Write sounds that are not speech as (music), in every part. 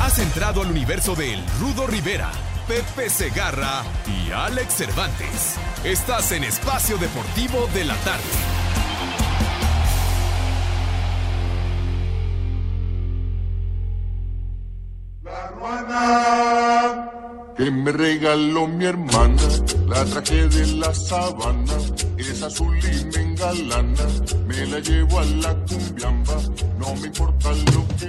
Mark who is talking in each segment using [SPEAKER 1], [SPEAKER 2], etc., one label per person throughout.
[SPEAKER 1] Has entrado al universo del Rudo Rivera, Pepe Segarra y Alex Cervantes. Estás en Espacio Deportivo de la Tarde.
[SPEAKER 2] La ruana que me regaló mi hermana, la traje de la sabana, es azul y me engalana, me la llevo a la cumbiamba, no me importa lo que...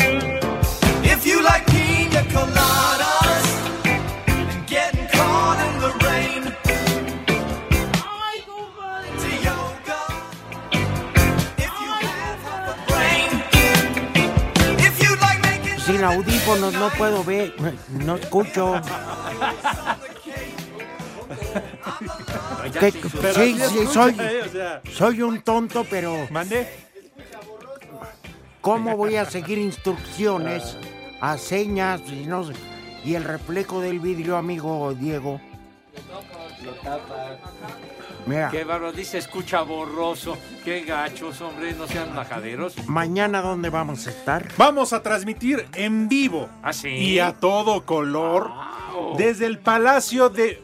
[SPEAKER 3] If you like pina coladas and getting caught in the rain, I go running to yoga. If you have half a brain, if you like making
[SPEAKER 4] Sin Pues audífonos no puedo ver, no escucho. ¿Qué- sí, sí, soy, soy un tonto, pero
[SPEAKER 5] ¿Mande?
[SPEAKER 4] ¿cómo voy a seguir instrucciones a señas y, no sé? y el reflejo del vidrio, amigo Diego? Mira,
[SPEAKER 6] Qué bárbaro, dice escucha borroso. Qué gachos, hombre, no sean majaderos.
[SPEAKER 4] mañana dónde vamos a estar?
[SPEAKER 5] Vamos a transmitir en vivo
[SPEAKER 6] ¿Ah, sí?
[SPEAKER 5] y a todo color desde el Palacio de...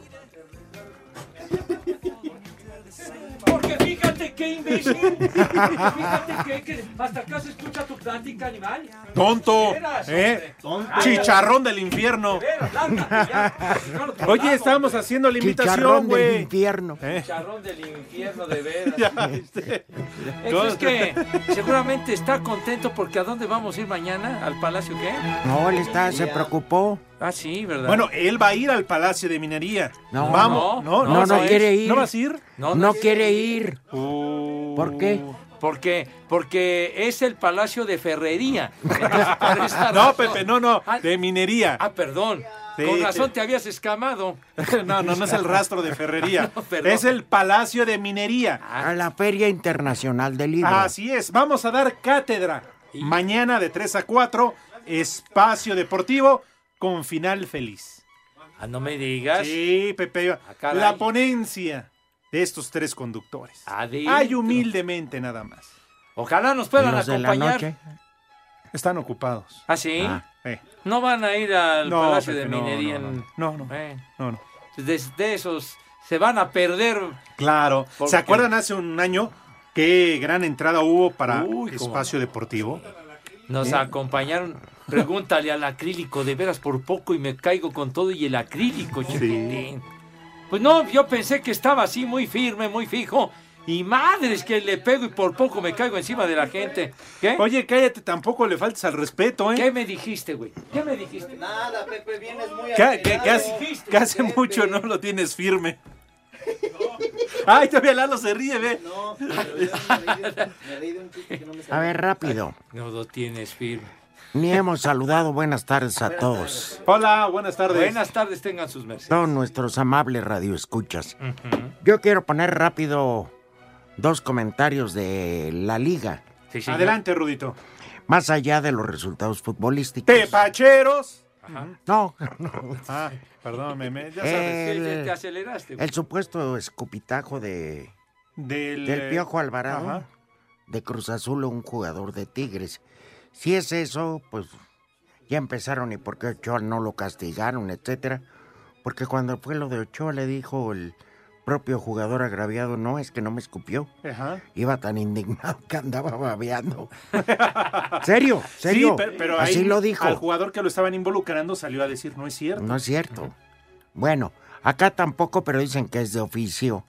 [SPEAKER 6] Porque fíjate qué imbécil. fíjate que, que hasta acá se escucha tu plática, animal.
[SPEAKER 5] Tonto,
[SPEAKER 6] Veras,
[SPEAKER 5] ¿eh?
[SPEAKER 6] hombre.
[SPEAKER 5] Chicharrón del infierno.
[SPEAKER 6] Veras, lárgate ya. Claro, te
[SPEAKER 5] Oye,
[SPEAKER 6] hablamos,
[SPEAKER 5] estábamos haciendo la
[SPEAKER 4] Chicharrón
[SPEAKER 5] invitación,
[SPEAKER 4] del
[SPEAKER 5] güey.
[SPEAKER 4] infierno.
[SPEAKER 5] ¿Eh? (laughs)
[SPEAKER 6] Charrón del infierno, de (laughs) veras.
[SPEAKER 5] Ya, este,
[SPEAKER 6] Eso es que seguramente está contento porque ¿a dónde vamos a ir mañana? ¿Al palacio qué?
[SPEAKER 4] No, él está, se preocupó.
[SPEAKER 6] Ah, sí, ¿verdad?
[SPEAKER 5] Bueno, él va a ir al Palacio de Minería.
[SPEAKER 4] No,
[SPEAKER 5] Vamos,
[SPEAKER 6] no,
[SPEAKER 5] ¿no?
[SPEAKER 6] no,
[SPEAKER 5] vas a
[SPEAKER 6] no
[SPEAKER 4] quiere ir.
[SPEAKER 5] ¿No vas a ir?
[SPEAKER 6] No,
[SPEAKER 4] No,
[SPEAKER 6] no.
[SPEAKER 4] quiere ir. ¿Por qué?
[SPEAKER 6] ¿Por qué? Porque es el palacio de Ferrería. Entonces,
[SPEAKER 5] (laughs)
[SPEAKER 6] por esa
[SPEAKER 5] No,
[SPEAKER 6] razón-
[SPEAKER 5] Pepe, no, no,
[SPEAKER 6] Ah,
[SPEAKER 5] de minería.
[SPEAKER 6] Ah, perdón.
[SPEAKER 5] Sí,
[SPEAKER 6] Con
[SPEAKER 5] te-
[SPEAKER 6] razón te habías escamado.
[SPEAKER 5] (laughs) No, no, no es el rastro de ferrería.
[SPEAKER 6] (laughs) No, perdón.
[SPEAKER 5] es el Palacio de Minería.
[SPEAKER 4] A la Feria Internacional del Libro.
[SPEAKER 6] Ah,
[SPEAKER 5] Así es, vamos a dar cátedra. Mañana de 3 a 4, espacio deportivo con final feliz.
[SPEAKER 6] Ah, no me digas.
[SPEAKER 5] Sí, Pepe,
[SPEAKER 6] Ah, caray.
[SPEAKER 5] la ponencia de estos tres conductores.
[SPEAKER 6] Adentro.
[SPEAKER 5] Ay, humildemente nada más.
[SPEAKER 6] Ojalá nos
[SPEAKER 4] ¿Y
[SPEAKER 6] puedan
[SPEAKER 4] los de la
[SPEAKER 6] acompañar.
[SPEAKER 4] noche?
[SPEAKER 5] Están ocupados.
[SPEAKER 6] ¿Ah, sí?
[SPEAKER 5] Eh,
[SPEAKER 6] No van a ir al
[SPEAKER 5] no,
[SPEAKER 6] palacio
[SPEAKER 5] Pepe,
[SPEAKER 6] de
[SPEAKER 5] no,
[SPEAKER 6] minería.
[SPEAKER 5] no,
[SPEAKER 6] en-
[SPEAKER 5] no, no, no,
[SPEAKER 6] Eh,
[SPEAKER 5] no, no.
[SPEAKER 6] de, de esos se van a perder.
[SPEAKER 5] Claro.
[SPEAKER 6] ¿Por
[SPEAKER 5] ¿Se
[SPEAKER 6] qué?
[SPEAKER 5] acuerdan hace un año qué gran entrada hubo para
[SPEAKER 6] Uy, cómo ¿Eh?
[SPEAKER 5] Espacio Deportivo?
[SPEAKER 4] ¿Eh?
[SPEAKER 6] Nos acompañaron. Pregúntale al acrílico, de veras por poco y me caigo con todo y el acrílico, chiquitín. Pues no, yo pensé que estaba así muy firme, muy fijo. Y madres que le pego y por poco me caigo encima de la gente. ¿Qué?
[SPEAKER 5] Oye, cállate, tampoco le faltes al respeto, ¿eh?
[SPEAKER 6] ¿Qué me dijiste, güey? ¿Qué me dijiste?
[SPEAKER 7] Nada, Pepe, vienes muy
[SPEAKER 5] Que, que- que hace,
[SPEAKER 6] dijiste,
[SPEAKER 5] que hace mucho no lo
[SPEAKER 6] (laughs)
[SPEAKER 5] tienes firme. Ay, todavía Lalo se ríe, ve.
[SPEAKER 7] No, me reí de un- me reí de un chiste que no me
[SPEAKER 4] A ver, rápido.
[SPEAKER 6] No lo tienes firme.
[SPEAKER 4] Ni hemos saludado. Buenas tardes a todos.
[SPEAKER 5] Hola, buenas tardes.
[SPEAKER 6] Buenas tardes, tengan sus mercedes.
[SPEAKER 4] Todos nuestros amables radioescuchas. Yo quiero poner rápido dos comentarios de la liga.
[SPEAKER 6] Sí, señor.
[SPEAKER 5] Adelante, Rudito.
[SPEAKER 4] Más allá de los resultados futbolísticos.
[SPEAKER 5] Tepacheros.
[SPEAKER 6] (laughs)
[SPEAKER 4] No,
[SPEAKER 5] Ah, perdón, meme. Ya
[SPEAKER 4] Eh.
[SPEAKER 6] Sí,
[SPEAKER 5] sabes.
[SPEAKER 4] el-
[SPEAKER 6] te, te aceleraste, güey.
[SPEAKER 4] el supuesto escupitajo de,
[SPEAKER 5] Del,
[SPEAKER 4] del
[SPEAKER 5] eh,
[SPEAKER 4] Piojo Alvarado,
[SPEAKER 5] ajá.
[SPEAKER 4] de Cruz Azul, un jugador de Tigres. Si es eso, pues ya empezaron y por qué Ochoa no lo castigaron, etcétera. Porque cuando fue lo de Ochoa le dijo el propio jugador agraviado, no, es que no me escupió.
[SPEAKER 5] Ajá.
[SPEAKER 4] Iba tan indignado que andaba
[SPEAKER 5] (laughs)
[SPEAKER 4] babeando. ¿Serio? ¿Serio?
[SPEAKER 5] Sí, pero, pero
[SPEAKER 4] Así
[SPEAKER 5] ahí
[SPEAKER 4] lo dijo.
[SPEAKER 5] Al jugador que lo estaban involucrando salió a decir, no es cierto.
[SPEAKER 4] No es cierto. Bueno, acá tampoco, pero dicen que es de oficio.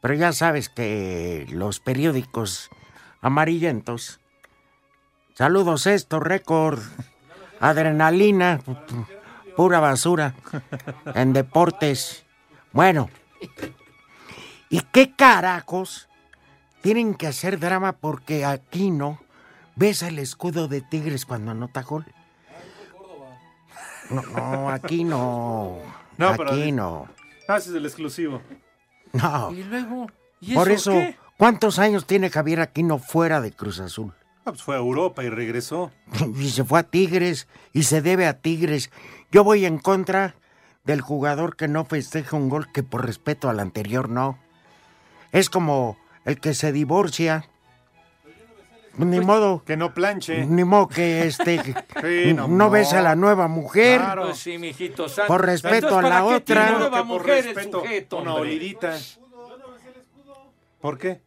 [SPEAKER 4] Pero ya sabes que los periódicos amarillentos. Saludos, esto, récord. Adrenalina, pu- pu- pura basura. En deportes. Bueno. ¿Y qué carajos tienen que hacer drama porque aquí no ves el escudo de Tigres cuando anota gol? No, no, aquí no.
[SPEAKER 5] No, pero
[SPEAKER 4] aquí
[SPEAKER 5] de-
[SPEAKER 4] no.
[SPEAKER 5] Ah, ese es el exclusivo.
[SPEAKER 4] No.
[SPEAKER 6] Y luego, ¿y
[SPEAKER 4] Por
[SPEAKER 6] eso
[SPEAKER 4] eso,
[SPEAKER 6] qué?
[SPEAKER 4] ¿cuántos años tiene Javier Aquino fuera de Cruz Azul?
[SPEAKER 5] Ah, pues fue a Europa y regresó.
[SPEAKER 4] Y (laughs) se fue a Tigres y se debe a Tigres. Yo voy en contra del jugador que no festeja un gol que por respeto al anterior no. Es como el que se divorcia.
[SPEAKER 5] Pues,
[SPEAKER 4] Ni modo,
[SPEAKER 5] Que no planche.
[SPEAKER 4] ni modo que este
[SPEAKER 5] (laughs) Sí,
[SPEAKER 4] no,
[SPEAKER 5] no,
[SPEAKER 4] ves a la nueva mujer.
[SPEAKER 5] Claro.
[SPEAKER 6] Pues sí, mijito santo.
[SPEAKER 4] Por respeto a la
[SPEAKER 6] Entonces, ¿para qué
[SPEAKER 4] otra?
[SPEAKER 6] tiene
[SPEAKER 5] Claro
[SPEAKER 6] nueva
[SPEAKER 5] que por
[SPEAKER 6] mujer el
[SPEAKER 5] respeto,
[SPEAKER 6] sujeto,
[SPEAKER 5] una
[SPEAKER 6] hombre?
[SPEAKER 5] olidita. ¿Por qué?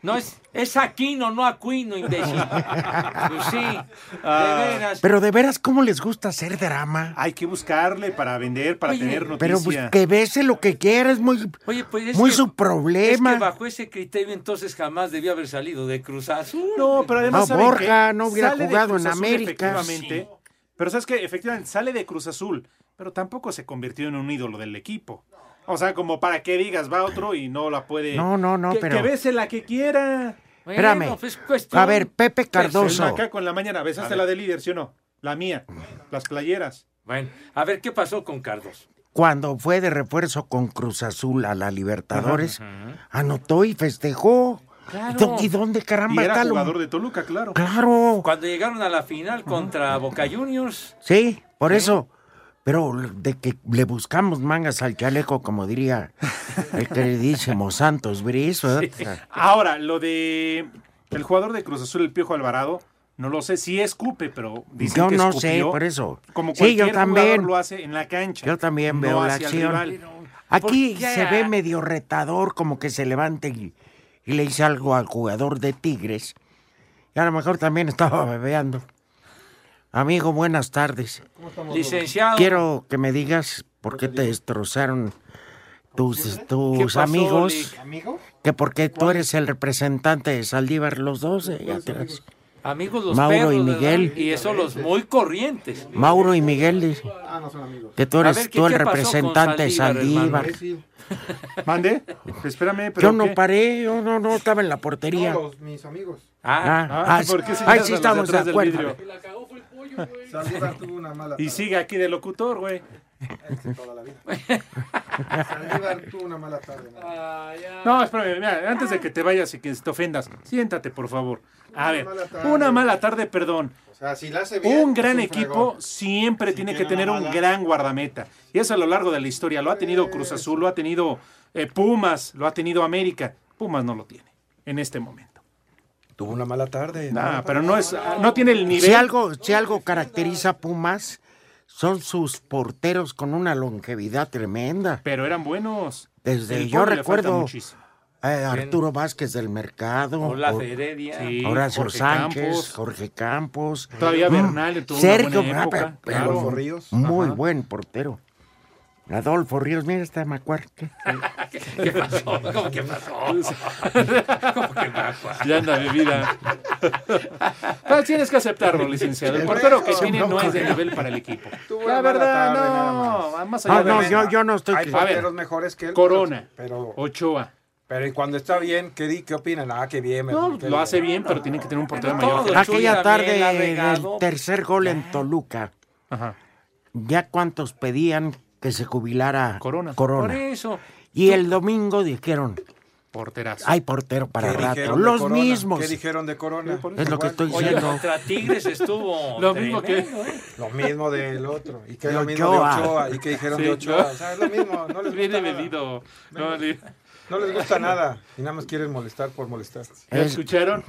[SPEAKER 6] No es, es Aquino, no Aquino, imbécil. Pues sí, de veras.
[SPEAKER 4] Pero de veras, ¿cómo les gusta hacer drama?
[SPEAKER 5] Hay que buscarle para vender, para
[SPEAKER 6] Oye,
[SPEAKER 5] tener
[SPEAKER 4] Pero pues,
[SPEAKER 5] Ah, noticia.
[SPEAKER 4] que bese lo que quiera, es muy,
[SPEAKER 6] Oye, pues es
[SPEAKER 4] muy
[SPEAKER 6] que-
[SPEAKER 4] su problema.
[SPEAKER 6] Es que bajo ese criterio entonces jamás debió haber salido de Cruz Azul.
[SPEAKER 5] No, pero además
[SPEAKER 4] No,
[SPEAKER 5] ¿saben qué?
[SPEAKER 4] Borja no hubiera
[SPEAKER 5] Sale de
[SPEAKER 4] jugado
[SPEAKER 5] Cruz
[SPEAKER 4] en
[SPEAKER 5] Azul,
[SPEAKER 4] América.
[SPEAKER 5] Efectivamente. Pero sabes que efectivamente sale de Cruz Azul, pero tampoco se convirtió en un ídolo del equipo. O sea, como para que digas, va otro y no la puede.
[SPEAKER 4] No, no, no,
[SPEAKER 5] que,
[SPEAKER 4] pero-
[SPEAKER 5] Que bese la que quiera.
[SPEAKER 6] Bueno,
[SPEAKER 4] espérame.
[SPEAKER 6] pues, cuestión-
[SPEAKER 4] A ver,
[SPEAKER 5] Pues,
[SPEAKER 4] Pepe
[SPEAKER 5] Cardoso.
[SPEAKER 4] Cardoso.
[SPEAKER 5] acá con la mañana, besaste la de líder, ¿sí o no? La mía, las playeras.
[SPEAKER 6] Bueno, a ver, ¿qué pasó con Cardoso?
[SPEAKER 4] cuando fue de refuerzo con Cruz Azul a la Libertadores, anotó y festejó. ¿Y dó- ¿Y dónde
[SPEAKER 5] Y
[SPEAKER 4] caramba
[SPEAKER 5] era
[SPEAKER 4] está lo-
[SPEAKER 5] jugador de Toluca, claro.
[SPEAKER 4] Claro.
[SPEAKER 6] Cuando llegaron a la final contra Boca Juniors,
[SPEAKER 4] Sí, por eso. Pero de que le buscamos mangas al chaleco, como diría el
[SPEAKER 5] (laughs)
[SPEAKER 4] queridísimo Santos Brizo. ¿eh?
[SPEAKER 5] Ahora, lo de el jugador de Cruz Azul, el Piojo Alvarado, no lo sé, sí escupe, pero dicen
[SPEAKER 4] Yo
[SPEAKER 5] que
[SPEAKER 4] no sé,
[SPEAKER 5] escupió,
[SPEAKER 4] por eso.
[SPEAKER 5] Como
[SPEAKER 4] Sí,
[SPEAKER 5] cualquier
[SPEAKER 4] yo también.
[SPEAKER 5] jugador lo hace en la cancha.
[SPEAKER 4] Yo también
[SPEAKER 5] no
[SPEAKER 4] veo la
[SPEAKER 5] hacia el
[SPEAKER 4] acción.
[SPEAKER 5] rival.
[SPEAKER 4] Aquí
[SPEAKER 6] ¿Por qué?
[SPEAKER 4] se ve medio retador, como que se levante y, y le dice algo al jugador de Tigres. Y a lo mejor también estaba bebeando. Amigo, buenas tardes.
[SPEAKER 6] licenciado.
[SPEAKER 4] Quiero que me digas por qué te destrozaron tus,
[SPEAKER 6] ¿Qué
[SPEAKER 4] tus
[SPEAKER 6] pasó,
[SPEAKER 4] amigos.
[SPEAKER 6] Lic?
[SPEAKER 4] Que porque tú eres el representante de Saldívar los dos. eh, atrás.
[SPEAKER 6] Amigos los
[SPEAKER 4] Mauro
[SPEAKER 6] perros,
[SPEAKER 4] y
[SPEAKER 6] ¿verdad?
[SPEAKER 4] Miguel.
[SPEAKER 6] Y eso los muy corrientes.
[SPEAKER 4] Mauro y Miguel dice
[SPEAKER 6] Ah,
[SPEAKER 4] que tú
[SPEAKER 6] A
[SPEAKER 4] eres
[SPEAKER 6] ver, ¿qué-
[SPEAKER 4] tú el
[SPEAKER 6] qué pasó con
[SPEAKER 4] representante de
[SPEAKER 6] Saldívar,
[SPEAKER 4] Saldívar.
[SPEAKER 5] ¿Mande? Espérame, pero
[SPEAKER 4] Yo no
[SPEAKER 5] ¿qué?
[SPEAKER 4] paré, yo no, no estaba en la portería.
[SPEAKER 6] Ah,
[SPEAKER 4] Ah,
[SPEAKER 5] Ah,
[SPEAKER 4] ah,
[SPEAKER 5] ¿por qué
[SPEAKER 4] sí,
[SPEAKER 5] señalas
[SPEAKER 4] ah, sí
[SPEAKER 5] a los de
[SPEAKER 4] estamos de
[SPEAKER 5] atrás del
[SPEAKER 4] acuerdo.
[SPEAKER 5] vidrio?
[SPEAKER 7] Saldívar tuvo una mala
[SPEAKER 5] Y sigue aquí de locutor, güey.
[SPEAKER 7] Saldívar tuvo una mala tarde. ¿no?
[SPEAKER 5] No, espérame, mira, antes de que te vayas y que te ofendas, siéntate, por favor. A ver, una mala tarde, perdón.
[SPEAKER 7] O sea, si la hace bien,
[SPEAKER 5] Un gran
[SPEAKER 7] es
[SPEAKER 8] pues,
[SPEAKER 5] equipo
[SPEAKER 7] fregón.
[SPEAKER 5] siempre tiene que
[SPEAKER 7] tiene
[SPEAKER 5] tener
[SPEAKER 7] una
[SPEAKER 5] un
[SPEAKER 7] mala.
[SPEAKER 5] gran guardameta. Y eso a lo largo de la historia. Lo ha tenido Cruz Azul, lo ha tenido eh, Pumas, lo ha tenido América. Pumas no lo tiene en este momento.
[SPEAKER 8] Tuvo una mala tarde.
[SPEAKER 5] Nah, pero no es, no tiene el nivel.
[SPEAKER 4] Si algo, si algo caracteriza a Pumas, son sus porteros con una longevidad tremenda.
[SPEAKER 5] Pero eran buenos.
[SPEAKER 4] Desde-
[SPEAKER 5] El
[SPEAKER 4] yo
[SPEAKER 5] pueblo le
[SPEAKER 4] recuerdo-
[SPEAKER 5] falta muchísimo.
[SPEAKER 4] Eh, Arturo Vázquez del Mercado,
[SPEAKER 6] Olaf
[SPEAKER 4] Or-
[SPEAKER 6] Heredia.
[SPEAKER 5] Sí,
[SPEAKER 4] Horacio
[SPEAKER 5] Jorge
[SPEAKER 4] eh, Sánchez,
[SPEAKER 5] Campos. (laughs)
[SPEAKER 4] Jorge Campos.
[SPEAKER 5] Todavía
[SPEAKER 4] Mm,
[SPEAKER 5] Bernal tuvo una
[SPEAKER 4] Sergio
[SPEAKER 5] buena
[SPEAKER 4] Brapa,
[SPEAKER 5] época,
[SPEAKER 4] pero
[SPEAKER 5] claro.
[SPEAKER 8] Adolfo Ríos.
[SPEAKER 4] Muy buen portero. Adolfo Ríos, mira, está Macuarque.
[SPEAKER 6] ¿Qué pasó? ¿Cómo que pasó? ¿Cómo que pasó?
[SPEAKER 5] Ya anda bebida.
[SPEAKER 4] (laughs)
[SPEAKER 5] Pero tienes que aceptarlo, licenciado. El portero que tiene no es de nivel para el equipo.
[SPEAKER 8] Tuvo
[SPEAKER 5] La
[SPEAKER 8] una mala
[SPEAKER 5] verdad,
[SPEAKER 8] tarde, nada
[SPEAKER 5] no. Más allá
[SPEAKER 4] Ah,
[SPEAKER 5] de
[SPEAKER 4] no,
[SPEAKER 5] la-
[SPEAKER 4] yo, yo no estoy.
[SPEAKER 8] Hay
[SPEAKER 4] que-
[SPEAKER 8] porteros mejores que él.
[SPEAKER 5] Corona,
[SPEAKER 8] Pero,
[SPEAKER 5] Ochoa.
[SPEAKER 8] pero ¿y cuando está bien, ¿qué, di- qué opinan? Ah, qué bien.
[SPEAKER 5] No,
[SPEAKER 8] qué
[SPEAKER 5] lo hace bien, pero tiene que tener un portero
[SPEAKER 4] (laughs)
[SPEAKER 6] No,
[SPEAKER 5] mayor. que-
[SPEAKER 6] Chuy
[SPEAKER 4] Aquella
[SPEAKER 6] también
[SPEAKER 4] tarde
[SPEAKER 6] la ha
[SPEAKER 4] del
[SPEAKER 6] regado.
[SPEAKER 4] tercer gol en Toluca,
[SPEAKER 5] Ajá.
[SPEAKER 4] ya cuántos pedían que se jubilara
[SPEAKER 5] Corona.
[SPEAKER 6] Por eso.
[SPEAKER 4] Y el domingo dijeron,
[SPEAKER 5] Porterazo.
[SPEAKER 4] hay portero para
[SPEAKER 8] ¿Qué
[SPEAKER 4] rato.
[SPEAKER 8] dijeron de
[SPEAKER 4] Los
[SPEAKER 8] Corona?
[SPEAKER 4] mismos.
[SPEAKER 8] ¿Qué dijeron de Corona?
[SPEAKER 4] Es lo que estoy
[SPEAKER 6] Oye,
[SPEAKER 4] diciendo.
[SPEAKER 6] contra
[SPEAKER 4] (laughs)
[SPEAKER 6] Tigres estuvo.
[SPEAKER 5] Lo mismo que-
[SPEAKER 6] tremendo, ¿eh?
[SPEAKER 8] Lo mismo del otro. ¿Y qué
[SPEAKER 4] De
[SPEAKER 8] lo mismo
[SPEAKER 4] Ochoa.
[SPEAKER 8] de Ochoa? ¿Y qué dijeron
[SPEAKER 5] Sí,
[SPEAKER 8] de Ochoa?
[SPEAKER 5] no.
[SPEAKER 8] O sea, es lo mismo. No les gusta
[SPEAKER 5] Viene
[SPEAKER 8] nada.
[SPEAKER 5] bebido. No, le-
[SPEAKER 8] No les gusta nada. Y nada más quieren molestar por molestar.
[SPEAKER 5] ¿Ya
[SPEAKER 4] Es-
[SPEAKER 5] escucharon?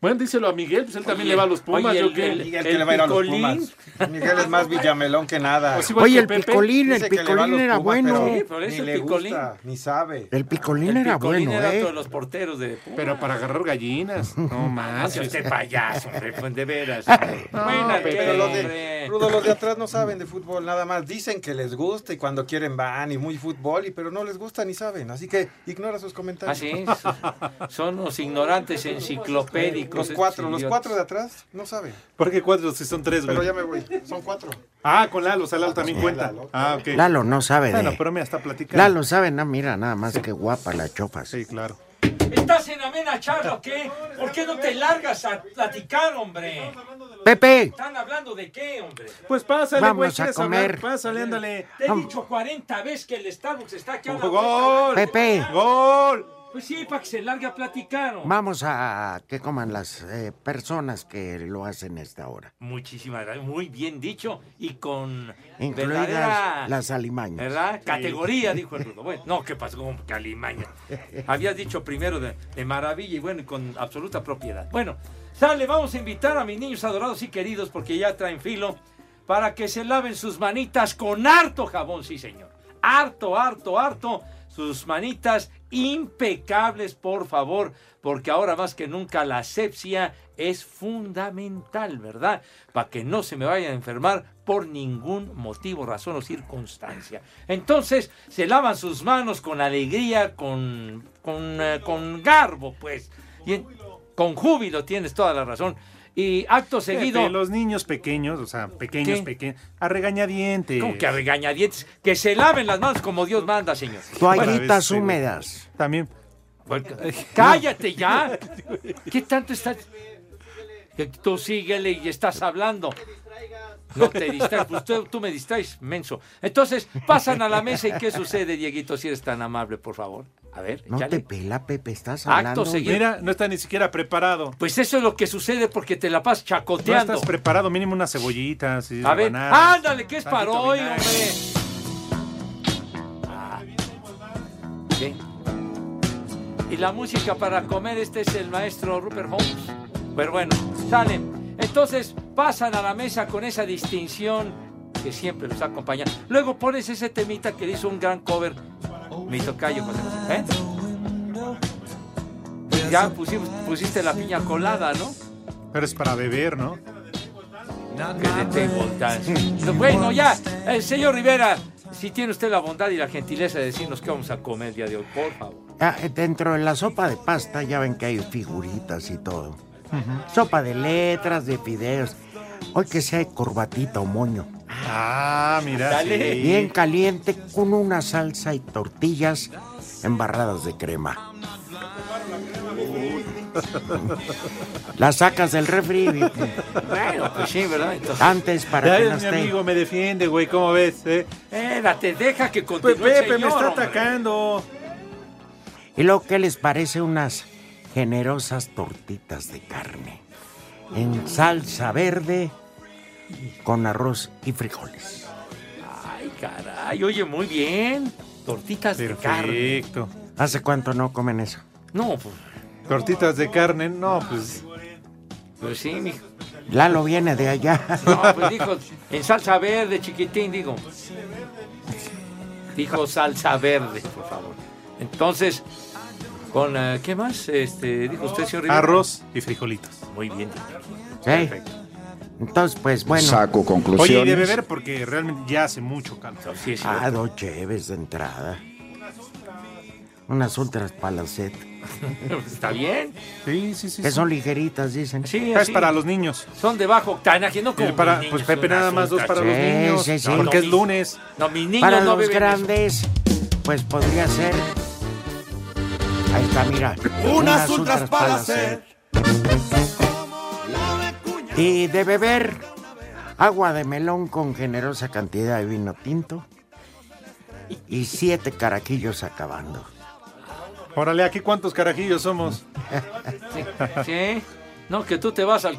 [SPEAKER 5] Bueno, díselo a Miguel, pues él también le va a los Pumas.
[SPEAKER 6] oye,
[SPEAKER 5] yo
[SPEAKER 6] el-
[SPEAKER 5] qué.
[SPEAKER 6] el-
[SPEAKER 8] Miguel que le va a ir a los
[SPEAKER 6] Picolín.
[SPEAKER 8] Pumas. Miguel es más villamelón que nada.
[SPEAKER 5] Pues igual
[SPEAKER 4] Oye,
[SPEAKER 5] que
[SPEAKER 4] el
[SPEAKER 5] Pepe.
[SPEAKER 4] picolín, el
[SPEAKER 8] Dice que le va a
[SPEAKER 4] picolín
[SPEAKER 8] los
[SPEAKER 4] era
[SPEAKER 8] Pumas, pero
[SPEAKER 4] bueno.
[SPEAKER 6] Sí, pero es
[SPEAKER 8] ni
[SPEAKER 6] el
[SPEAKER 8] le
[SPEAKER 6] picolín. Eh,
[SPEAKER 8] gusta, ni sabe.
[SPEAKER 4] El picolín
[SPEAKER 6] El
[SPEAKER 4] era
[SPEAKER 6] Picolín
[SPEAKER 4] bueno,
[SPEAKER 6] era
[SPEAKER 4] ¿eh?
[SPEAKER 6] otro de los porteros de Pumas.
[SPEAKER 5] Pero para agarrar
[SPEAKER 4] (laughs)
[SPEAKER 5] gallinas. No más.
[SPEAKER 6] Hace usted payaso, hombre, pues, de veras.
[SPEAKER 5] No,
[SPEAKER 6] Buena,
[SPEAKER 8] Pero
[SPEAKER 5] Pepe.
[SPEAKER 8] los de, Rudo, los de atrás no saben de fútbol nada más. Dicen que les gusta y cuando quieren van y muy fútbol, y, pero no les gusta ni saben. Así que ignora sus
[SPEAKER 9] Ah,
[SPEAKER 8] comentarios.
[SPEAKER 6] Así es. (laughs) Son los ignorantes enciclopédicos.
[SPEAKER 8] Los cuatro,
[SPEAKER 6] estos
[SPEAKER 8] los
[SPEAKER 6] idiotas.
[SPEAKER 8] cuatro de atrás no saben.
[SPEAKER 5] Porque cuatro si son tres,
[SPEAKER 8] Pero
[SPEAKER 5] güey.
[SPEAKER 8] ya me voy. Son cuatro.
[SPEAKER 5] Ah, con Lalo, o sea, Lalo también cuenta. Ah, ok.
[SPEAKER 4] Lalo no sabe
[SPEAKER 5] Bueno,
[SPEAKER 4] de...
[SPEAKER 5] pero me hasta platicando.
[SPEAKER 4] Lalo sabe, no, mira, nada más que guapa la chopa.
[SPEAKER 5] Sí, claro.
[SPEAKER 6] ¿Estás en amena charla o qué? ¿Por qué no te largas a platicar, hombre?
[SPEAKER 4] Pepe,
[SPEAKER 6] ¿Están hablando de qué, hombre?
[SPEAKER 5] Pues pásale,
[SPEAKER 4] Vamos
[SPEAKER 5] güey,
[SPEAKER 4] a
[SPEAKER 5] ¿quieres
[SPEAKER 4] comer.
[SPEAKER 5] hablar? Pásale, ándale.
[SPEAKER 6] Te he
[SPEAKER 4] Vamos.
[SPEAKER 6] dicho 40 veces que el Starbucks está aquí a la vuelta.
[SPEAKER 5] ¡Gol!
[SPEAKER 4] Pepe.
[SPEAKER 5] ¡Gol!
[SPEAKER 6] Pues sí, para que se largue a platicar. hombre.
[SPEAKER 4] vamos a que coman las eh, personas que lo hacen a esta hora.
[SPEAKER 6] Muchísimas gracias. Muy bien dicho y con
[SPEAKER 4] Incluidas
[SPEAKER 6] verdadera...
[SPEAKER 4] las alimañas.
[SPEAKER 6] ¿Verdad? Categoría, dijo el Rudo. Bueno, no, ¿qué pasó con Calimaña? Habías dicho primero de, de maravilla y bueno, y con absoluta propiedad. Bueno, sale, vamos a invitar a mis niños adorados y queridos porque ya traen filo para que se laven sus manitas con harto jabón, sí, señor. Harto, harto, harto. Sus manitas impecables, por favor, porque ahora más que nunca la asepsia es fundamental, ¿verdad? Para que no se me vayan a enfermar por ningún motivo, razón o circunstancia. Entonces, se lavan sus manos con alegría, con, con, eh, con garbo, pues. Y en- con júbilo, tienes toda la razón. Y acto seguido...
[SPEAKER 5] Pepe, los niños pequeños, o sea, pequeños,
[SPEAKER 6] ¿Qué?
[SPEAKER 5] pequeños, a regañadientes.
[SPEAKER 6] Como que a regañadientes, que se laven las manos como Dios manda, señor.
[SPEAKER 5] Para ver
[SPEAKER 4] Toallitas
[SPEAKER 5] si-
[SPEAKER 4] húmedas.
[SPEAKER 5] También.
[SPEAKER 6] Cállate ya. ¿Qué tanto estás? Que Tú síguele y estás hablando. No te distraigas. Pues tú, tú me distraes, menso. Entonces, pasan a la mesa y ¿qué sucede, Dieguito? Si eres tan amable, por favor. A ver,
[SPEAKER 4] No
[SPEAKER 6] échale.
[SPEAKER 4] te pela, Pepe, estás
[SPEAKER 6] Acto
[SPEAKER 4] hablando.
[SPEAKER 6] seguido.
[SPEAKER 5] Mira, no está ni siquiera preparado.
[SPEAKER 6] Pues eso es lo que sucede porque te la pasas
[SPEAKER 5] No
[SPEAKER 6] chacoteando.
[SPEAKER 5] estás preparado, mínimo unas cebollitas. y
[SPEAKER 6] a ver,
[SPEAKER 5] rebanadas,
[SPEAKER 6] ándale, que es
[SPEAKER 5] tantito
[SPEAKER 6] para hoy,
[SPEAKER 5] vinagre.
[SPEAKER 6] hombre. Ah. Sí. Y la música para comer, este es el maestro Rupert Holmes. Pero bueno, salen. Entonces pasan a la mesa con esa distinción que siempre los acompaña. Luego pones ese temita que le hizo un gran cover. Mi tocayo, José José, ¿eh? Ya pusimos- pusiste la piña colada, ¿no?
[SPEAKER 5] Pero es para beber, ¿no?
[SPEAKER 6] que le tengo tan- (laughs) Bueno, ya, el señor Rivera, si tiene usted la bondad y la gentileza de decirnos qué vamos a comer el día de hoy, por favor.
[SPEAKER 4] Ah, dentro de la sopa de pasta ya ven que hay figuritas y todo. Sopa de letras, de fideos. Hoy que sea de corbatita o moño.
[SPEAKER 5] Ah, mira.
[SPEAKER 6] Dale.
[SPEAKER 5] sí.
[SPEAKER 4] Bien caliente con una salsa y tortillas embarradas de
[SPEAKER 5] (laughs)
[SPEAKER 4] crema. La sacas del refri
[SPEAKER 6] Bueno, pues sí, ¿verdad? Entonces,
[SPEAKER 4] antes para
[SPEAKER 5] Ya
[SPEAKER 4] que
[SPEAKER 5] ves,
[SPEAKER 4] no
[SPEAKER 5] mi
[SPEAKER 4] esté.
[SPEAKER 5] amigo me defiende, güey, ¿cómo ves? eh?
[SPEAKER 6] espérate, deja que continúe
[SPEAKER 5] Pues
[SPEAKER 6] el
[SPEAKER 5] Pepe, me
[SPEAKER 6] señor,
[SPEAKER 5] está
[SPEAKER 6] hombre.
[SPEAKER 5] atacando.
[SPEAKER 4] Y luego, ¿qué les parece unas generosas tortitas de carne? En salsa verde, con arroz y frijoles.
[SPEAKER 6] Ay, caray, oye, muy bien. Tortitas de carne.
[SPEAKER 5] Perfecto.
[SPEAKER 4] ¿Hace cuánto no comen eso?
[SPEAKER 6] No, pues,
[SPEAKER 5] Tortitas de carne, no, pues.
[SPEAKER 6] pues sí, mijo.
[SPEAKER 4] Lalo viene de
[SPEAKER 5] (laughs)
[SPEAKER 4] allá.
[SPEAKER 6] No, pues dijo, en salsa verde, chiquitín, digo. Dijo salsa verde, por favor. Entonces, con, eh, ¿qué más? Este, dijo usted, señor Rivera.
[SPEAKER 5] Arroz y frijolitos.
[SPEAKER 6] Muy bien.
[SPEAKER 4] ¿sí? Entonces, pues bueno.
[SPEAKER 10] Saco
[SPEAKER 5] Oye,
[SPEAKER 10] conclusiones.
[SPEAKER 5] y de beber porque realmente ya hace mucho calor.
[SPEAKER 6] Sí, sí.
[SPEAKER 4] Ah, dos cheves de entrada. Unas ultras palacet.
[SPEAKER 6] (laughs) Está bien.
[SPEAKER 5] Sí, sí, sí.
[SPEAKER 4] Que
[SPEAKER 5] sí. Ah,
[SPEAKER 4] son ligeritas, dicen.
[SPEAKER 6] Sí,
[SPEAKER 5] Es
[SPEAKER 6] así.
[SPEAKER 5] pues para los niños.
[SPEAKER 6] Son de bajo octanaje, no
[SPEAKER 5] Y
[SPEAKER 6] como
[SPEAKER 5] para,
[SPEAKER 6] mis niños,
[SPEAKER 5] pues Pepe,
[SPEAKER 6] una
[SPEAKER 5] nada más dos
[SPEAKER 6] azúcar.
[SPEAKER 5] para los
[SPEAKER 4] Sí,
[SPEAKER 5] niños.
[SPEAKER 4] sí, sí.
[SPEAKER 5] Porque es
[SPEAKER 6] No,
[SPEAKER 5] lunes.
[SPEAKER 6] No, mis niños
[SPEAKER 4] Para
[SPEAKER 6] no
[SPEAKER 4] los
[SPEAKER 6] beben eso.
[SPEAKER 4] grandes, pues podría ser. Ahí está, mira.
[SPEAKER 3] Unas ultras para hacer.
[SPEAKER 4] Y de beber, agua de melón con generosa cantidad de vino tinto. Y siete caraquillos acabando.
[SPEAKER 5] Órale, aquí cuántos carajillos somos.
[SPEAKER 6] Sí. No, que tú te vas al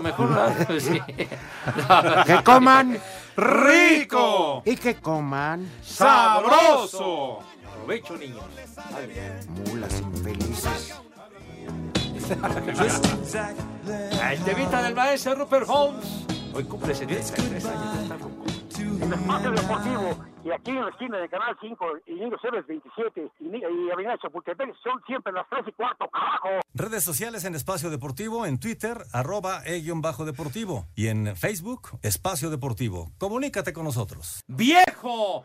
[SPEAKER 4] (laughs)
[SPEAKER 6] mejor. ¿verdad? Sí.
[SPEAKER 4] Que
[SPEAKER 6] (laughs)
[SPEAKER 4] coman
[SPEAKER 5] ¡Rico!
[SPEAKER 4] y que coman
[SPEAKER 5] ¡Sabroso!
[SPEAKER 6] Aprovecho, niños.
[SPEAKER 4] mulas infelices.
[SPEAKER 6] La entrevista Ah, del maestro Rupert Holmes. Hoy cumple 73 años. está ruco.
[SPEAKER 10] En espacio deportivo, y aquí en la esquina de Canal 5, y Niño Ceres 27, y, Ni- y Avenida Chapultepec, son siempre las 3 y cuarto, carajo.
[SPEAKER 11] Redes sociales en Espacio Deportivo, en Twitter, arroba E e-deportivo y en Facebook, Espacio Deportivo. Comunícate con nosotros.
[SPEAKER 6] ¡Viejo!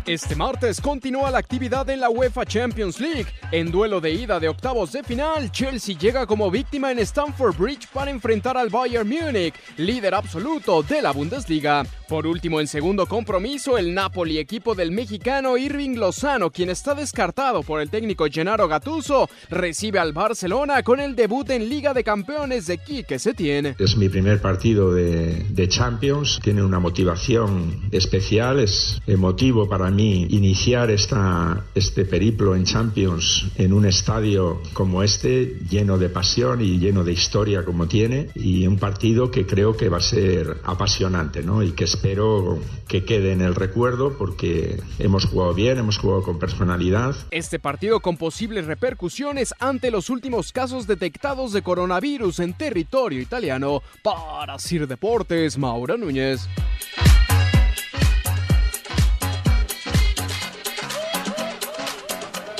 [SPEAKER 12] Este martes continúa la actividad en la UEFA Champions League. En duelo de ida de octavos de final, Chelsea llega como víctima en Stamford Bridge para enfrentar al Bayern Múnich, líder absoluto de la Bundesliga. Por último, en segundo compromiso, el Napoli, equipo del mexicano Irving Lozano, quien está descartado por el técnico Gennaro Gattuso, recibe al Barcelona con el debut en Liga de Campeones de Quique Setién.
[SPEAKER 13] Es mi primer partido de, de Champions, tiene una motivación especial, es emotivo para mí iniciar esta, este periplo en Champions en un estadio como este, lleno de pasión y lleno de historia como tiene, y un partido que creo que va a ser apasionante, ¿no? Y que espero que quede en el recuerdo porque hemos jugado bien, hemos jugado con personalidad
[SPEAKER 12] Este partido con posibles repercusiones ante los últimos casos detectados de coronavirus en territorio italiano. Para Sir Deportes, Mauro Núñez.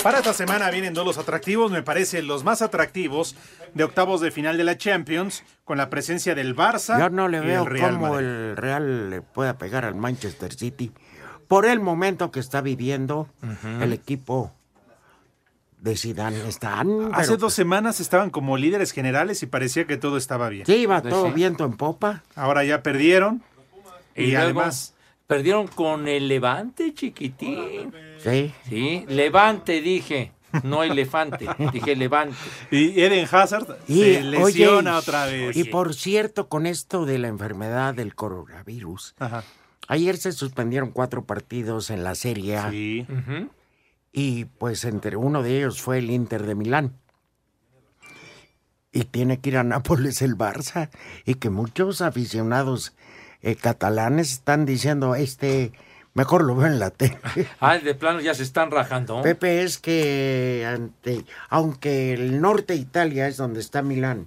[SPEAKER 5] Para esta semana vienen duelos atractivos, me parece los más atractivos de octavos de final de la Champions, con la presencia del Barça.
[SPEAKER 4] Yo no le
[SPEAKER 5] y
[SPEAKER 4] veo
[SPEAKER 5] el Real
[SPEAKER 4] cómo
[SPEAKER 5] Madrid.
[SPEAKER 4] el Real le pueda pegar al Manchester City por el momento que está viviendo
[SPEAKER 5] Ujú.
[SPEAKER 4] el equipo de Zidane. Están
[SPEAKER 5] Hace
[SPEAKER 4] pero- pues,
[SPEAKER 5] dos semanas estaban como líderes generales y parecía que todo estaba bien.
[SPEAKER 4] Sí, iba todo viento en popa.
[SPEAKER 5] Ahora ya perdieron. Y,
[SPEAKER 6] Y luego
[SPEAKER 5] además.
[SPEAKER 6] Perdieron con el Levante, chiquitín.
[SPEAKER 4] Sí.
[SPEAKER 6] Sí, Levante dije, no
[SPEAKER 5] (laughs)
[SPEAKER 6] elefante, dije Levante.
[SPEAKER 5] Y Eden Hazard se lesiona otra vez.
[SPEAKER 4] Y por cierto, con esto de la enfermedad del coronavirus, ayer se suspendieron cuatro partidos en la Serie A. Y pues entre uno de ellos fue el Inter de Milán. Y tiene que ir a Nápoles el Barça. Y que muchos aficionados eh, catalanes están diciendo, este, mejor lo veo en la tele.
[SPEAKER 6] Ah, de plano ya se están rajando.
[SPEAKER 4] (laughs) Pepe, es que ante- aunque el norte de Italia es donde está Milán,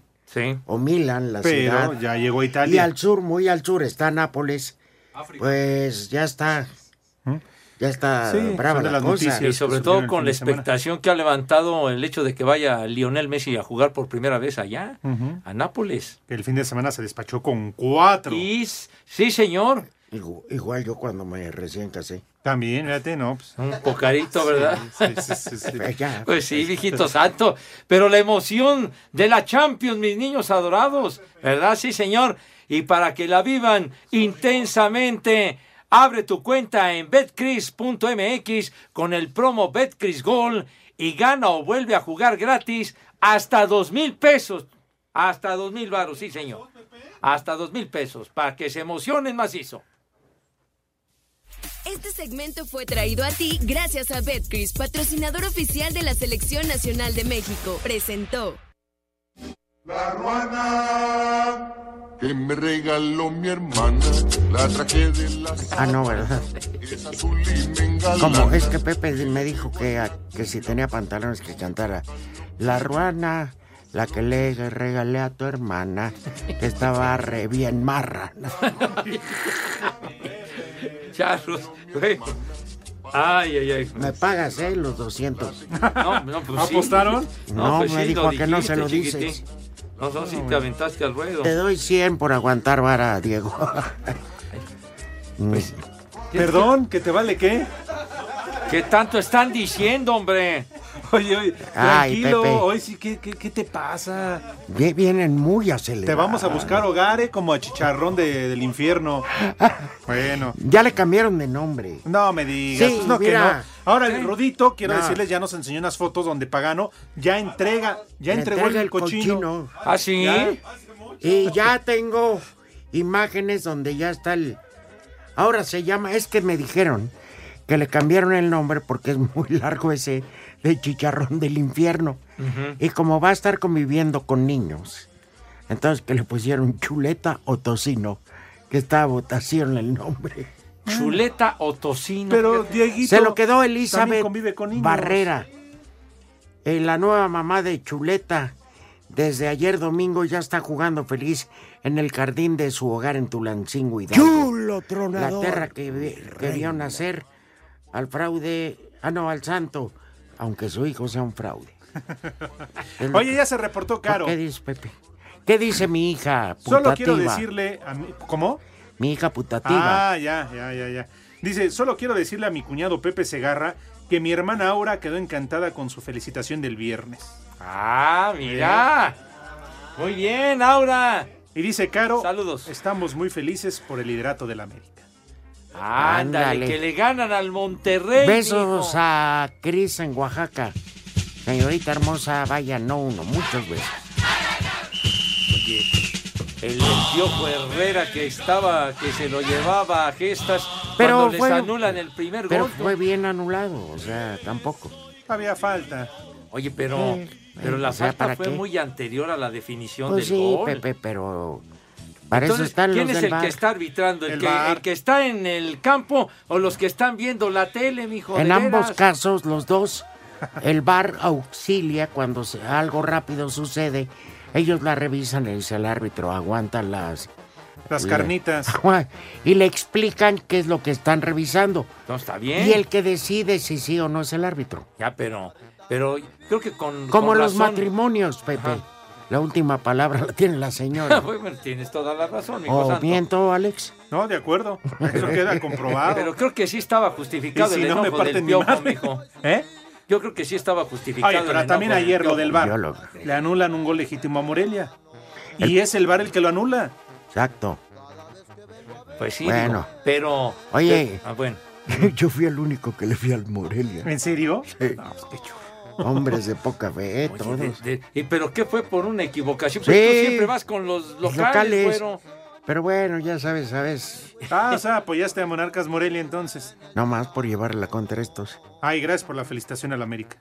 [SPEAKER 4] o Milán, la
[SPEAKER 5] Pero
[SPEAKER 4] ciudad,
[SPEAKER 5] ya llegó
[SPEAKER 4] y
[SPEAKER 5] Italia.
[SPEAKER 4] al sur, muy al sur, está Nápoles, pues ya está, ya está
[SPEAKER 6] ¿Mm? Sí,
[SPEAKER 4] brava
[SPEAKER 6] son de
[SPEAKER 4] la
[SPEAKER 6] las
[SPEAKER 4] cosa.
[SPEAKER 6] noticias Y sobre todo con la expectación que ha levantado el hecho de que vaya Lionel Messi a jugar por primera vez allá,
[SPEAKER 5] Ujú.
[SPEAKER 6] a Nápoles.
[SPEAKER 5] El fin de semana se despachó con cuatro.
[SPEAKER 6] Y, sí, señor.
[SPEAKER 4] Igual, igual yo cuando me recién casé.
[SPEAKER 5] También, fíjate, no. Pues.
[SPEAKER 6] Un pocarito, ¿verdad?
[SPEAKER 4] (laughs) Ya.
[SPEAKER 6] Pues sí, viejito santo. Pero la emoción de la Champions, mis niños adorados, ¿verdad? Sí, señor. Y para que la vivan intensamente, abre tu cuenta en betcris.mx con el promo Betcris Gol y gana o vuelve a jugar gratis hasta dos mil pesos. Hasta dos mil varos, sí, señor. Hasta dos mil pesos, para que se emocionen macizo.
[SPEAKER 14] Este segmento fue traído a ti gracias a Betcris, patrocinador oficial de la Selección Nacional de México. Presentó.
[SPEAKER 2] que me regaló mi hermana. La traje de la
[SPEAKER 4] Ah, no, ¿verdad?
[SPEAKER 2] es azul y me engalana.
[SPEAKER 4] Como es que Pepe me dijo que, a- que si tenía pantalones que cantara La ruana, la que le regalé a tu hermana, que estaba re bien marra. (laughs)
[SPEAKER 6] Charros, güey. Ay, ay, ay.
[SPEAKER 4] Me pagas, ¿eh? Los 200.
[SPEAKER 6] No, no, pues sí.
[SPEAKER 4] ¿Apostaron? No,
[SPEAKER 6] pues
[SPEAKER 4] me
[SPEAKER 6] sí,
[SPEAKER 4] dijo que no se lo
[SPEAKER 6] dijiste,
[SPEAKER 4] dices.
[SPEAKER 6] chiquitín. No, no, sí te aventaste al ruedo.
[SPEAKER 4] Te doy 100 por aguantar vara, Diego.
[SPEAKER 5] Pues,
[SPEAKER 4] (laughs)
[SPEAKER 5] Perdón, ¿que te vale qué?
[SPEAKER 6] ¿Qué tanto están diciendo, hombre?
[SPEAKER 5] Oye, oye,
[SPEAKER 4] Ay,
[SPEAKER 5] tranquilo,
[SPEAKER 4] Pepe.
[SPEAKER 5] hoy sí, ¿qué, qué, qué te pasa?
[SPEAKER 4] Vi- Vienen muy acelerados.
[SPEAKER 5] Te vamos a buscar hogare como a chicharrón de-
[SPEAKER 4] (laughs)
[SPEAKER 5] del infierno. Bueno.
[SPEAKER 4] Ya le cambiaron de nombre.
[SPEAKER 5] No me digas,
[SPEAKER 4] Sí,
[SPEAKER 5] pues no, que
[SPEAKER 4] mira.
[SPEAKER 5] no. Ahora, el Rudito, quiero
[SPEAKER 4] No.
[SPEAKER 5] decirles, ya nos enseñó unas fotos donde Pagano ya entrega, ya
[SPEAKER 4] Le
[SPEAKER 5] entregó
[SPEAKER 4] entrega
[SPEAKER 5] el cochino.
[SPEAKER 6] ¿Ah, sí?
[SPEAKER 5] Ya.
[SPEAKER 4] Y ya tengo imágenes donde ya está el... Ahora se llama, es que me dijeron que le cambiaron el nombre porque es muy largo ese de chicharrón del infierno.
[SPEAKER 6] Ujú.
[SPEAKER 4] Y como va a estar conviviendo con niños, entonces que le pusieron chuleta o tocino, que está a votación el nombre.
[SPEAKER 6] Chuleta o tocino.
[SPEAKER 5] Pero Dieguito
[SPEAKER 4] Se lo quedó
[SPEAKER 5] también
[SPEAKER 4] Elizabeth
[SPEAKER 5] convive con niños.
[SPEAKER 4] Barrera, eh, la nueva mamá de Chuleta. Desde ayer domingo ya está jugando feliz en el jardín de su hogar en Tulancingo Hidalgo.
[SPEAKER 15] Chulo tronador.
[SPEAKER 4] La tierra que, vi- que vio nacer al fraude, ah no, al santo, aunque su hijo sea un
[SPEAKER 5] (laughs)
[SPEAKER 4] fraude. El-
[SPEAKER 5] Oye, ya se reportó Caro.
[SPEAKER 4] ¿Qué dice Pepe? ¿Qué dice mi hija putativa?
[SPEAKER 5] Solo quiero decirle a mi- ¿Cómo?
[SPEAKER 4] Mi hija putativa.
[SPEAKER 5] Ah, ya, ya, ya, ya. Dice, solo quiero decirle a mi cuñado Pepe Segarra que mi hermana Aura quedó encantada con su felicitación del viernes.
[SPEAKER 6] Ah, mira. Muy bien, Aura.
[SPEAKER 5] Y dice Caro,
[SPEAKER 6] Saludos.
[SPEAKER 5] estamos muy felices por el liderato del América.
[SPEAKER 6] Ándale,
[SPEAKER 4] Ándale.
[SPEAKER 6] que le ganan al Monterrey. mijo.
[SPEAKER 4] Besos a Cris en Oaxaca. Señorita hermosa, vaya, no uno, muchos besos.
[SPEAKER 6] Oye, el piojo Herrera que estaba, que se lo llevaba a gestas
[SPEAKER 4] Pero
[SPEAKER 6] cuando les
[SPEAKER 4] fue-
[SPEAKER 6] anulan el primer
[SPEAKER 4] Pero
[SPEAKER 6] gol. ¿no?
[SPEAKER 4] fue bien anulado, o sea, tampoco.
[SPEAKER 5] Había falta.
[SPEAKER 6] Oye, pero,
[SPEAKER 4] Sí.
[SPEAKER 6] pero la
[SPEAKER 4] O sea,
[SPEAKER 6] falta
[SPEAKER 4] ¿para
[SPEAKER 6] fue
[SPEAKER 4] qué?
[SPEAKER 6] muy anterior a la definición
[SPEAKER 4] Pues
[SPEAKER 6] del
[SPEAKER 4] sí,
[SPEAKER 6] gol.
[SPEAKER 4] Pepe, pero para
[SPEAKER 6] Entonces,
[SPEAKER 4] eso están
[SPEAKER 6] ¿quién
[SPEAKER 4] los
[SPEAKER 6] es
[SPEAKER 4] del
[SPEAKER 6] el
[SPEAKER 4] VAR.
[SPEAKER 6] que está arbitrando? ¿El,
[SPEAKER 4] El
[SPEAKER 6] que,
[SPEAKER 4] VAR.
[SPEAKER 6] el que está en el campo o los que están viendo la tele, mijo?
[SPEAKER 4] En
[SPEAKER 6] de
[SPEAKER 4] ambos
[SPEAKER 6] veras?
[SPEAKER 4] casos, los dos, el VAR auxilia cuando se- algo rápido sucede. Ellos la revisan y dice el árbitro, aguanta las... (laughs)
[SPEAKER 5] Las
[SPEAKER 4] le-
[SPEAKER 5] carnitas.
[SPEAKER 4] Y le explican qué es lo que están revisando.
[SPEAKER 6] No, está bien.
[SPEAKER 4] Y el que decide si sí o no es el árbitro.
[SPEAKER 6] Ya, pero, pero creo que con.
[SPEAKER 4] Como
[SPEAKER 6] con
[SPEAKER 4] los
[SPEAKER 6] razón- (laughs)
[SPEAKER 4] matrimonios, Pepe. La última palabra la tiene la
[SPEAKER 6] (laughs)
[SPEAKER 4] señora.
[SPEAKER 6] Ah, bueno, tienes toda la razón, mijo
[SPEAKER 4] ¿O
[SPEAKER 6] santo.
[SPEAKER 4] miento, Alex?
[SPEAKER 5] No, de acuerdo.
[SPEAKER 6] (laughs)
[SPEAKER 5] Eso queda comprobado.
[SPEAKER 6] Pero creo que sí estaba justificado
[SPEAKER 5] Y si
[SPEAKER 6] el
[SPEAKER 5] no, me
[SPEAKER 6] enojo del
[SPEAKER 5] parten mi
[SPEAKER 6] piojo,
[SPEAKER 5] madre.
[SPEAKER 6] mijo.
[SPEAKER 5] (laughs) ¿Eh?
[SPEAKER 6] Yo creo que sí estaba justificado.
[SPEAKER 5] Oye,
[SPEAKER 6] el
[SPEAKER 5] pero
[SPEAKER 6] enojo
[SPEAKER 5] también ayer
[SPEAKER 6] piojo.
[SPEAKER 5] lo del VAR.
[SPEAKER 4] Yo lo-
[SPEAKER 5] Le anulan un gol legítimo a Morelia. Y es el VAR el que lo anula.
[SPEAKER 4] Exacto.
[SPEAKER 6] Pues sí,
[SPEAKER 4] Bueno.
[SPEAKER 6] digo, pero.
[SPEAKER 4] Oye.
[SPEAKER 6] Ah, bueno.
[SPEAKER 4] Yo fui el único que le fui al Morelia.
[SPEAKER 5] ¿En serio?
[SPEAKER 4] Sí. Hombres de poca fe, eh,
[SPEAKER 6] Oye,
[SPEAKER 4] todos.
[SPEAKER 6] de- de- y pero qué fue por una equivocación. Pues
[SPEAKER 4] Sí.
[SPEAKER 6] tú siempre vas con los
[SPEAKER 4] Los
[SPEAKER 6] locales, güero.
[SPEAKER 4] Pero bueno, ya sabes, sabes.
[SPEAKER 5] Ah, o sea, apoyaste a Monarcas Morelia entonces.
[SPEAKER 4] Nomás por llevarla contra estos.
[SPEAKER 5] Ay, gracias por la felicitación al América.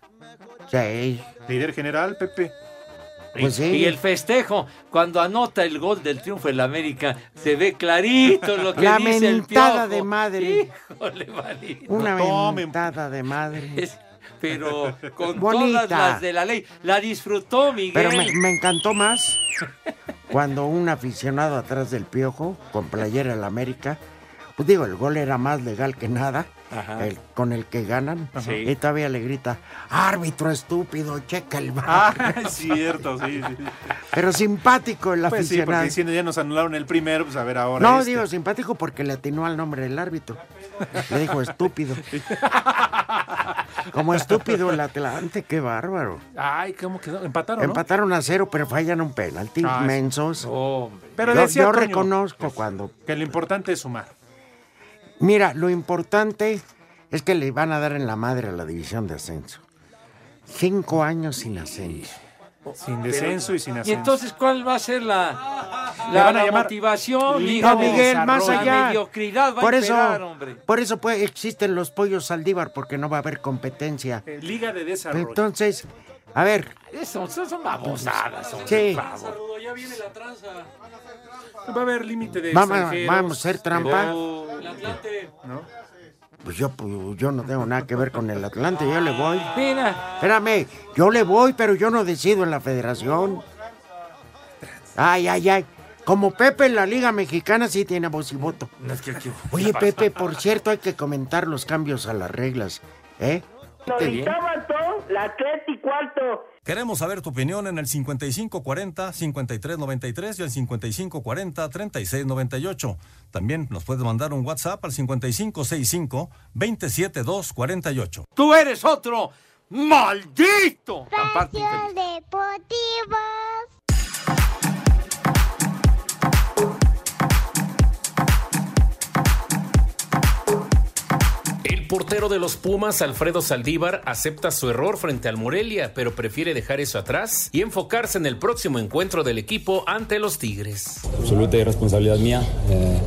[SPEAKER 4] Sí.
[SPEAKER 5] Líder general, Pepe.
[SPEAKER 4] Pues sí.
[SPEAKER 6] Y el festejo, cuando anota el gol del triunfo el América, se ve clarito lo que
[SPEAKER 4] La
[SPEAKER 6] dice el
[SPEAKER 4] mentada
[SPEAKER 6] piojo.
[SPEAKER 4] de madre.
[SPEAKER 6] Híjole, vale.
[SPEAKER 4] Una
[SPEAKER 6] No tomen,
[SPEAKER 4] mentada de madre.
[SPEAKER 6] pues, pero con
[SPEAKER 4] Bonita.
[SPEAKER 6] todas las de la ley. La disfrutó, Miguel.
[SPEAKER 4] Pero me, me encantó más cuando un aficionado atrás del piojo, con playera del América, pues digo, el gol era más legal que nada,
[SPEAKER 6] Ajá.
[SPEAKER 4] el- con el que ganan,
[SPEAKER 5] Ajá.
[SPEAKER 4] y todavía le grita, árbitro estúpido, checa el bar.
[SPEAKER 5] (laughs) Ah, es cierto, sí, sí. sí.
[SPEAKER 4] Pero simpático el
[SPEAKER 5] Pues sí, porque
[SPEAKER 4] aficionado.
[SPEAKER 5] diciendo ya nos anularon el primero, pues a ver ahora.
[SPEAKER 4] no,
[SPEAKER 5] este.
[SPEAKER 4] digo simpático porque le atinó al nombre del árbitro. Le dijo estúpido. (laughs) Como estúpido el Atlante, qué bárbaro.
[SPEAKER 5] Ay, ¿cómo quedó? Empataron. ¿no?
[SPEAKER 4] Empataron a cero, pero fallan un penalti.
[SPEAKER 5] Ah, sí.
[SPEAKER 4] Mensos.
[SPEAKER 5] Pero
[SPEAKER 4] yo,
[SPEAKER 5] decía
[SPEAKER 4] yo
[SPEAKER 5] Toño- Pues.
[SPEAKER 4] reconozco cuando.
[SPEAKER 5] Que lo importante es sumar.
[SPEAKER 4] Mira, lo importante es que le van a dar en la madre a la división de ascenso. Cinco años sin ascenso.
[SPEAKER 5] Sin descenso y sin
[SPEAKER 6] Y
[SPEAKER 5] ascenso.
[SPEAKER 6] entonces, ¿cuál va a ser la,
[SPEAKER 5] Le
[SPEAKER 6] la,
[SPEAKER 5] van a
[SPEAKER 6] la
[SPEAKER 5] llamar
[SPEAKER 6] motivación?
[SPEAKER 4] No,
[SPEAKER 6] mijo?
[SPEAKER 4] Miguel, más
[SPEAKER 6] La
[SPEAKER 4] allá.
[SPEAKER 6] mediocridad va
[SPEAKER 4] Por
[SPEAKER 6] a
[SPEAKER 4] eso,
[SPEAKER 6] imperar, hombre.
[SPEAKER 4] por eso pues, existen los pollos Saldívar, porque no va a haber competencia.
[SPEAKER 5] Liga de Desarrollo.
[SPEAKER 4] Entonces, a ver,
[SPEAKER 6] Eso, eso son babosadas, hombre,
[SPEAKER 4] Sí.
[SPEAKER 6] por favor.
[SPEAKER 5] Ya viene la tranza. Va a haber límite de
[SPEAKER 4] Vamos-
[SPEAKER 5] extranjeros.
[SPEAKER 4] vamos a hacer trampa.
[SPEAKER 5] El Atlante. ¿No?
[SPEAKER 4] pues yo, pues, yo no tengo nada que ver con el Atlante, yo le voy.
[SPEAKER 6] Mira,
[SPEAKER 4] Espérame, yo le voy, pero yo no decido en la federación. Ay, ay, ay. Como Pepe en la Liga Mexicana sí tiene voz y voto.
[SPEAKER 6] no es que aquí-
[SPEAKER 4] Oye, Pepe, por cierto, hay que comentar los cambios a las reglas, ¿eh?
[SPEAKER 16] Lo
[SPEAKER 4] Qué bien.
[SPEAKER 16] dictaba todo, la Atleti cuarto.
[SPEAKER 11] Queremos saber tu opinión en el 5540-5393 y el 5540-3698. También nos puedes mandar un WhatsApp al 5565-27248.
[SPEAKER 6] Tú eres otro. ¡Maldito! Aparte,
[SPEAKER 15] Deportivo.
[SPEAKER 17] El portero de los Pumas, Alfredo Saldívar, acepta su error frente al Morelia, pero prefiere dejar eso atrás y enfocarse en el próximo encuentro del equipo ante los Tigres.
[SPEAKER 18] absoluta irresponsabilidad mía. eh,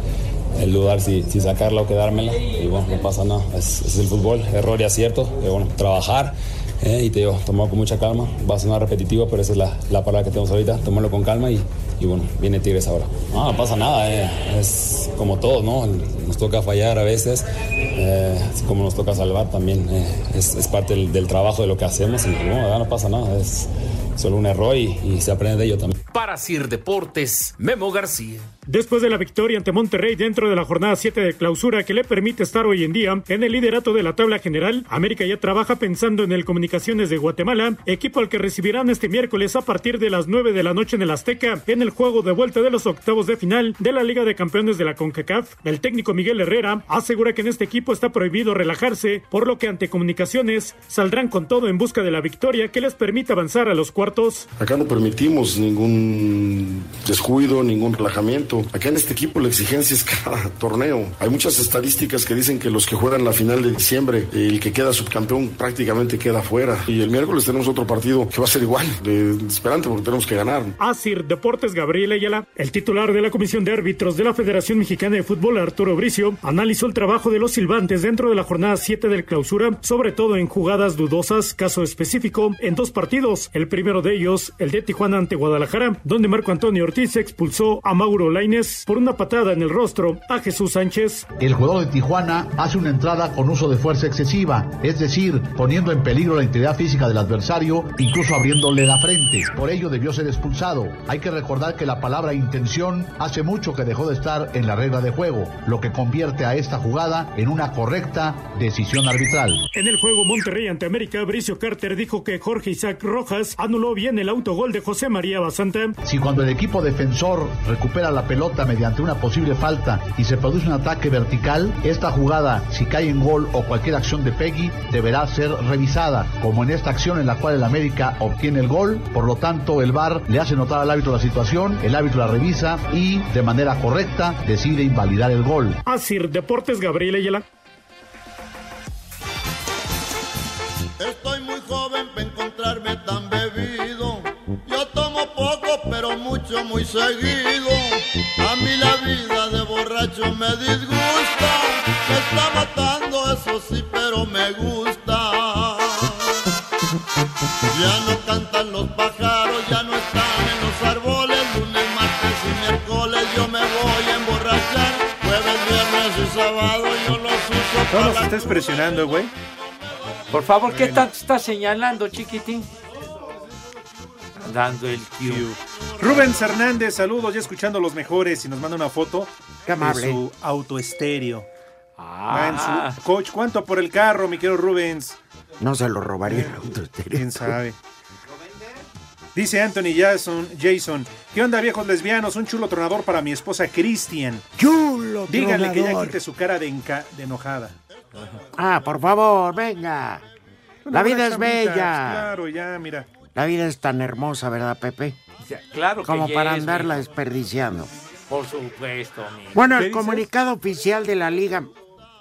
[SPEAKER 18] el dudar si, si sacarla o quedármela. Y bueno, no pasa nada. Es, es el fútbol, error y acierto. Y bueno, trabajar. eh, y te digo, tomarlo con mucha calma. Va a sonar repetitivo, pero esa es la, la palabra que tenemos ahorita. Tomarlo con calma y, y bueno, viene Tigres ahora. No, no pasa nada. eh, Es como todo, ¿no? Nos toca fallar a veces. eh, así como nos toca salvar también. eh, es, es parte del, del trabajo de lo que hacemos. Y bueno, no pasa nada. Es solo un error y- y se aprende de ello también.
[SPEAKER 17] Para Sir Deportes, Memo García.
[SPEAKER 9] Después de la victoria ante Monterrey dentro de la jornada 7 de clausura que le permite estar hoy en día en el liderato de la tabla general, América ya trabaja pensando en el Comunicaciones de Guatemala, equipo al que recibirán este miércoles a partir de las 9 de la noche en el Azteca en el juego de vuelta de los octavos de final de la Liga de Campeones de la CONCACAF. El técnico Miguel Herrera asegura que en este equipo está prohibido relajarse, por lo que ante Comunicaciones saldrán con todo en busca de la victoria que les permita avanzar a los cuartos.
[SPEAKER 19] Acá no permitimos ningún descuido, ningún relajamiento. Acá en este equipo la exigencia es cada (laughs) torneo. Hay muchas estadísticas que dicen que los que juegan la final de diciembre, el que queda subcampeón prácticamente queda fuera. Y el miércoles tenemos otro partido que va a ser igual, de esperante, porque tenemos que ganar.
[SPEAKER 9] Asir Deportes Gabriel Ayala. El titular de la Comisión de Árbitros de la Federación Mexicana de Fútbol, Arturo Bricio, analizó el trabajo de los silbantes dentro de la jornada 7 del clausura, sobre todo en jugadas dudosas, caso específico, en dos partidos. El primero de ellos, el de Tijuana ante Guadalajara, donde Marco Antonio Ortiz expulsó a Mauro Laines por una patada en el rostro a Jesús Sánchez.
[SPEAKER 20] El jugador de Tijuana hace una entrada con uso de fuerza excesiva, es decir, poniendo en peligro la integridad física del adversario, incluso abriéndole la frente. Por ello debió ser expulsado. Hay que recordar que la palabra intención hace mucho que dejó de estar en la regla de juego, lo que convierte a esta jugada en una correcta decisión arbitral.
[SPEAKER 9] En el juego Monterrey ante América, Bricio Carter dijo que Jorge Isaac Rojas anuló bien el autogol de José María Basanta.
[SPEAKER 20] Si cuando el equipo defensor recupera la pelota mediante una posible falta y se produce un ataque vertical, esta jugada, si cae en gol o cualquier acción de Peggy, deberá ser revisada, como en esta acción en la cual el América obtiene el gol, por lo tanto el VAR le hace notar al árbitro la situación, el árbitro la revisa y de manera correcta decide invalidar el gol.
[SPEAKER 9] Asir Deportes Gabriel Ayala.
[SPEAKER 21] Estoy muy joven para encontrarme tan bebido. Yo tomo poco, pero mucho, muy seguido. A mí la vida de borracho me disgusta. Me está matando, eso sí, pero me gusta. Ya no cantan los pájaros, ya no están en los árboles. Lunes, martes y miércoles yo me voy a emborrachar. Jueves, viernes y sábado yo los uso
[SPEAKER 5] No nos estés presionando, güey.
[SPEAKER 6] Por favor, ¿qué tanto estás señalando, chiquitín? Dando el cue.
[SPEAKER 5] Rubens Hernández, saludos, ya escuchando los mejores y nos manda una foto
[SPEAKER 4] Qué amable.
[SPEAKER 5] de su autoestéreo.
[SPEAKER 4] Ah.
[SPEAKER 5] Va en su- Coach, ¿cuánto por el carro, mi querido Rubens?
[SPEAKER 4] No se lo robaría el auto
[SPEAKER 5] ¿Quién sabe? Dice Anthony Jason, Jason, ¿qué onda viejos lesbianos? Un chulo tronador para mi esposa Cristian.
[SPEAKER 4] ¡Chulo
[SPEAKER 5] Díganle que ya
[SPEAKER 4] tronador!
[SPEAKER 5] quite su cara de, enca- de enojada.
[SPEAKER 4] Ah, por favor, venga. La vida es
[SPEAKER 5] Chamita,
[SPEAKER 4] bella.
[SPEAKER 5] Claro, ya, mira.
[SPEAKER 4] La vida es tan hermosa, ¿verdad, Pepe?
[SPEAKER 6] Claro que
[SPEAKER 4] Como
[SPEAKER 6] ya
[SPEAKER 4] para
[SPEAKER 6] es,
[SPEAKER 4] andarla
[SPEAKER 6] mijo.
[SPEAKER 4] desperdiciando.
[SPEAKER 6] Por supuesto, mi.
[SPEAKER 4] Bueno, el comunicado oficial de la liga.